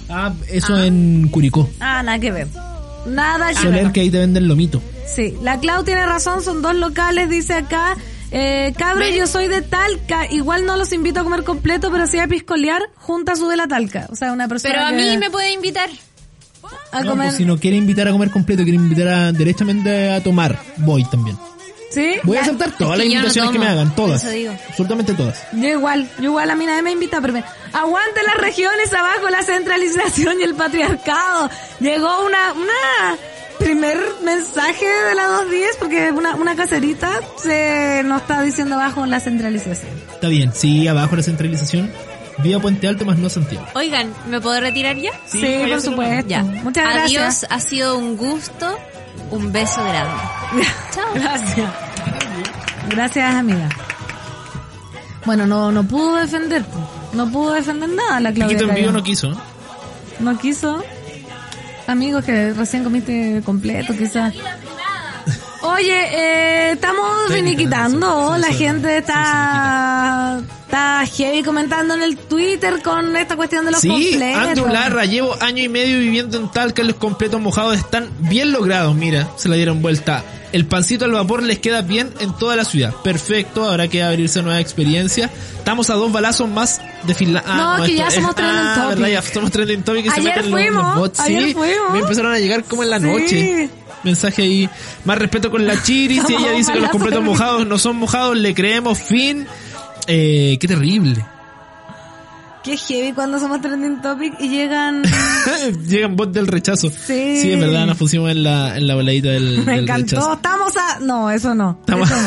Ah, Eso en Curicó. Ah, nada que ver. Nada que Soler ver. que ahí te venden lomito. Sí, la Clau tiene razón, son dos locales, dice acá. Eh, cabro, yo soy de Talca, igual no los invito a comer completo, pero sí a piscolear, junta sube la Talca. O sea, una persona Pero a que- mí me puede invitar. a No, comer... pues si no quiere invitar a comer completo, quiere invitar a, derechamente a tomar, voy también. ¿Sí? Voy a Ya. aceptar todas las invitaciones que me hagan, todas. Absolutamente todas. Yo igual, yo igual a mí nadie me invita, pero me- aguante las regiones abajo, la centralización y el patriarcado. Llegó una, una primer mensaje de la 210 porque una, una caserita se nos está diciendo abajo la centralización. Está bien, sí, abajo la centralización. Vía Puente Alto más no Santiago. Oigan, ¿me puedo retirar ya? Sí, Sí, por váyase nomás. supuesto. Ya. Muchas Adiós, gracias. ha sido un gusto, un beso grande. Chao. Gracias. Gracias, amiga. Bueno, no, no pudo defender, no pudo defender nada la Claudia. Quito en vivo Cayón. no quiso. No quiso. Amigos que recién comiste completo, quizás. Oye, eh, estamos finiquitando. La gente está, está heavy comentando en el Twitter con esta cuestión de los Sí, completos. Andu Larra, llevo año y medio viviendo en Talca, los completos mojados están bien logrados, mira, se la dieron vuelta. El pancito al vapor les queda bien en toda la ciudad. Perfecto, habrá que abrirse nueva experiencia. Estamos a dos balazos más de Finlandia. No, que ya somos trending ah, topic. verdad, ya somos trending topic y se Ayer meten los- los fuimos, bots. ayer Sí, fuimos. Me empezaron a llegar como en la Sí. noche. Mensaje ahí. Más respeto con la Chiri. Si Estamos ella dice que balazos los completos de- mojados no son mojados, le creemos fin. Eh, qué terrible. Qué heavy cuando somos trending topic y llegan. Llegan bots del rechazo. Sí. en verdad nos pusimos en la, en la voladita del, Me del encantó. rechazo. Estamos a. No, eso no. Estamos-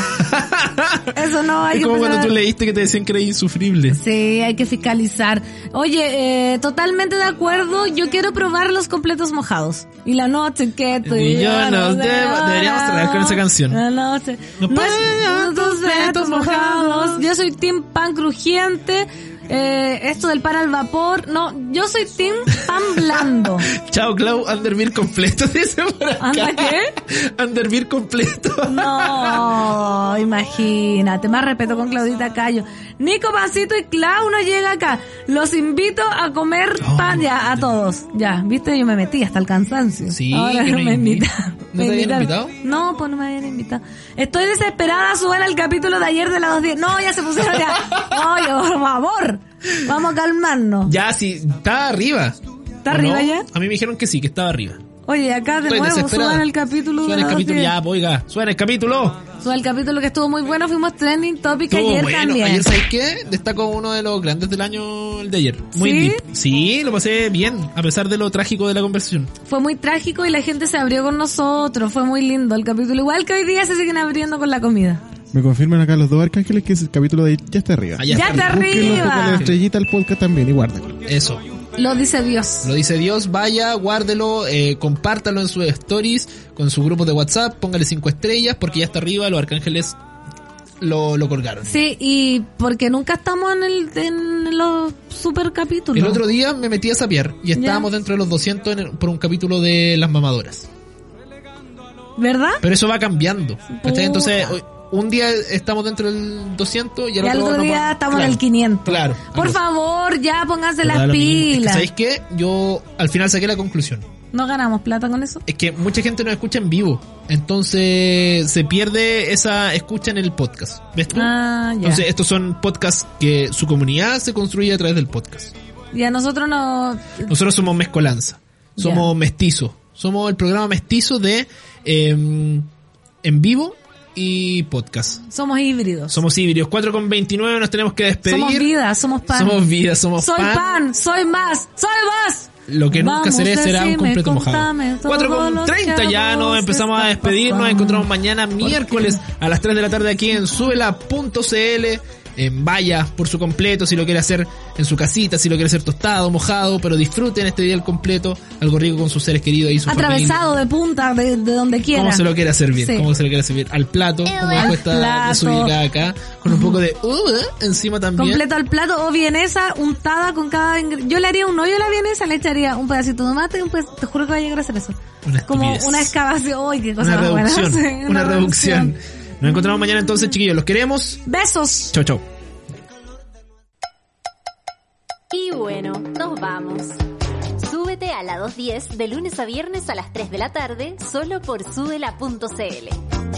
Eso no hay es que como cuando empezar- tú leíste que te decían que era insufrible. Sí, hay que fiscalizar. Oye, eh, totalmente de acuerdo. Yo quiero probar los completos mojados. Y la noche que tú Y yo nos debo- deberíamos trabajar con esa canción. La noche. No Pues, puedo, los completos mojados. Yo soy Team Pan Crujiente. Eh, esto del pan al vapor. No, yo soy Team Pan Blando. Chao, Clau, Underbeer completo, dice por acá. ¿Anda qué? Underbeer completo. No, imagínate. Más respeto con Claudita Cayo. Nico Pancito y Clau no llega acá. Los invito a comer Oh, pan ya a todos. Ya, viste, yo me metí hasta el cansancio. Sí, Ahora que no no me invi- invitan. ¿No te Me habían invitaron. invitado? No, pues no me habían invitado. Estoy desesperada, suban el capítulo de ayer de las 2.10. No, ya se pusieron ya. Oye, por favor. Vamos a calmarnos. Ya, sí, está arriba. ¿Está ¿O arriba no? ya? A mí me dijeron que sí, que estaba arriba. Oye, acá de Estoy nuevo, desesperada. suban el capítulo de Suena el las capítulo, 2.10. ya, po, oiga, suena el capítulo. Todo el capítulo que estuvo muy bueno, fuimos trending topic Estuvo ayer bueno. también. Ayer, ¿sabes qué? Destacó uno de los grandes del año, el de ayer. Muy ¿Sí? deep. Sí, lo pasé bien, a pesar de lo trágico de la conversación. Fue muy trágico y la gente se abrió con nosotros, fue muy lindo el capítulo, igual que hoy día se siguen abriendo con la comida. Me confirman acá los dos arcángeles que el capítulo de ahí ya está Ah, arriba. ya Ya está está arriba. arriba. Búsquenlo, póngale estrellita al podcast también y guárdalo. Eso. Lo dice Dios. Lo dice Dios, vaya, guárdelo, eh, compártalo en sus stories, con su grupo de WhatsApp, póngale cinco estrellas, porque ya está arriba, los arcángeles lo, lo colgaron. Sí, y porque nunca estamos en, el, en los super capítulos. El otro día me metí a sapear y estábamos dentro de los 200 en el- por un capítulo de Las Mamadoras. ¿Verdad? Pero eso va cambiando. Puta. ¿cachai? Entonces, hoy- un día estamos dentro del 200 y Y al al otro, otro no día podemos- estamos en claro, el 500. Claro. Por Algo- favor, ya pónganse Me da las lo mismo. Es que, pilas. ¿Sabéis qué? Yo al final saqué la conclusión. ¿No ganamos plata con eso? Es que mucha gente nos escucha en vivo. Entonces se pierde esa escucha en el podcast. ¿Ves tú? Ah, ya. Entonces estos son podcasts que su comunidad se construye a través del podcast. Y a nosotros no... Nosotros somos mezcolanza. Somos mestizos. Somos el programa mestizo de eh, em, en vivo y podcast. Somos híbridos. Somos híbridos. 4 con 29 nos tenemos que despedir. Somos vida, somos pan. Somos vida, somos soy pan. pan. soy más, soy más. Lo que nunca Vamos, seré será un decime, completo contame mojado. todo 4 lo con que 30 ya a nos vos empezamos a está despedir. Nos pasando. encontramos mañana miércoles a las 3 de la tarde aquí en suela.cl. En vaya por su completo, si lo quiere hacer en su casita, si lo quiere hacer tostado, mojado, pero disfruten este día al completo, algo rico con sus seres queridos y su familia. Atravesado de punta, de, de donde quiera. ¿Cómo se lo quiere hacer bien? Sí. ¿Cómo se lo quiere hacer bien? Al plato, como Al cuesta plato. desubicada acá, con un poco de uh, encima también. Completo al plato o vienesa untada con cada ingre- Yo le haría un hoyo a la vienesa, le echaría un pedacito de tomate y un pedacito. Te juro que voy a llegar a hacer eso. Como estupidez. una excavación. ¡Uy, qué cosa Una más buena! reducción. Sí, Una reducción. Nos encontramos mañana entonces, chiquillos. Los queremos. Besos. Chau, chau. Y bueno, nos vamos. Súbete a la 210 de lunes a viernes a las 3 de la tarde solo por subela.cl.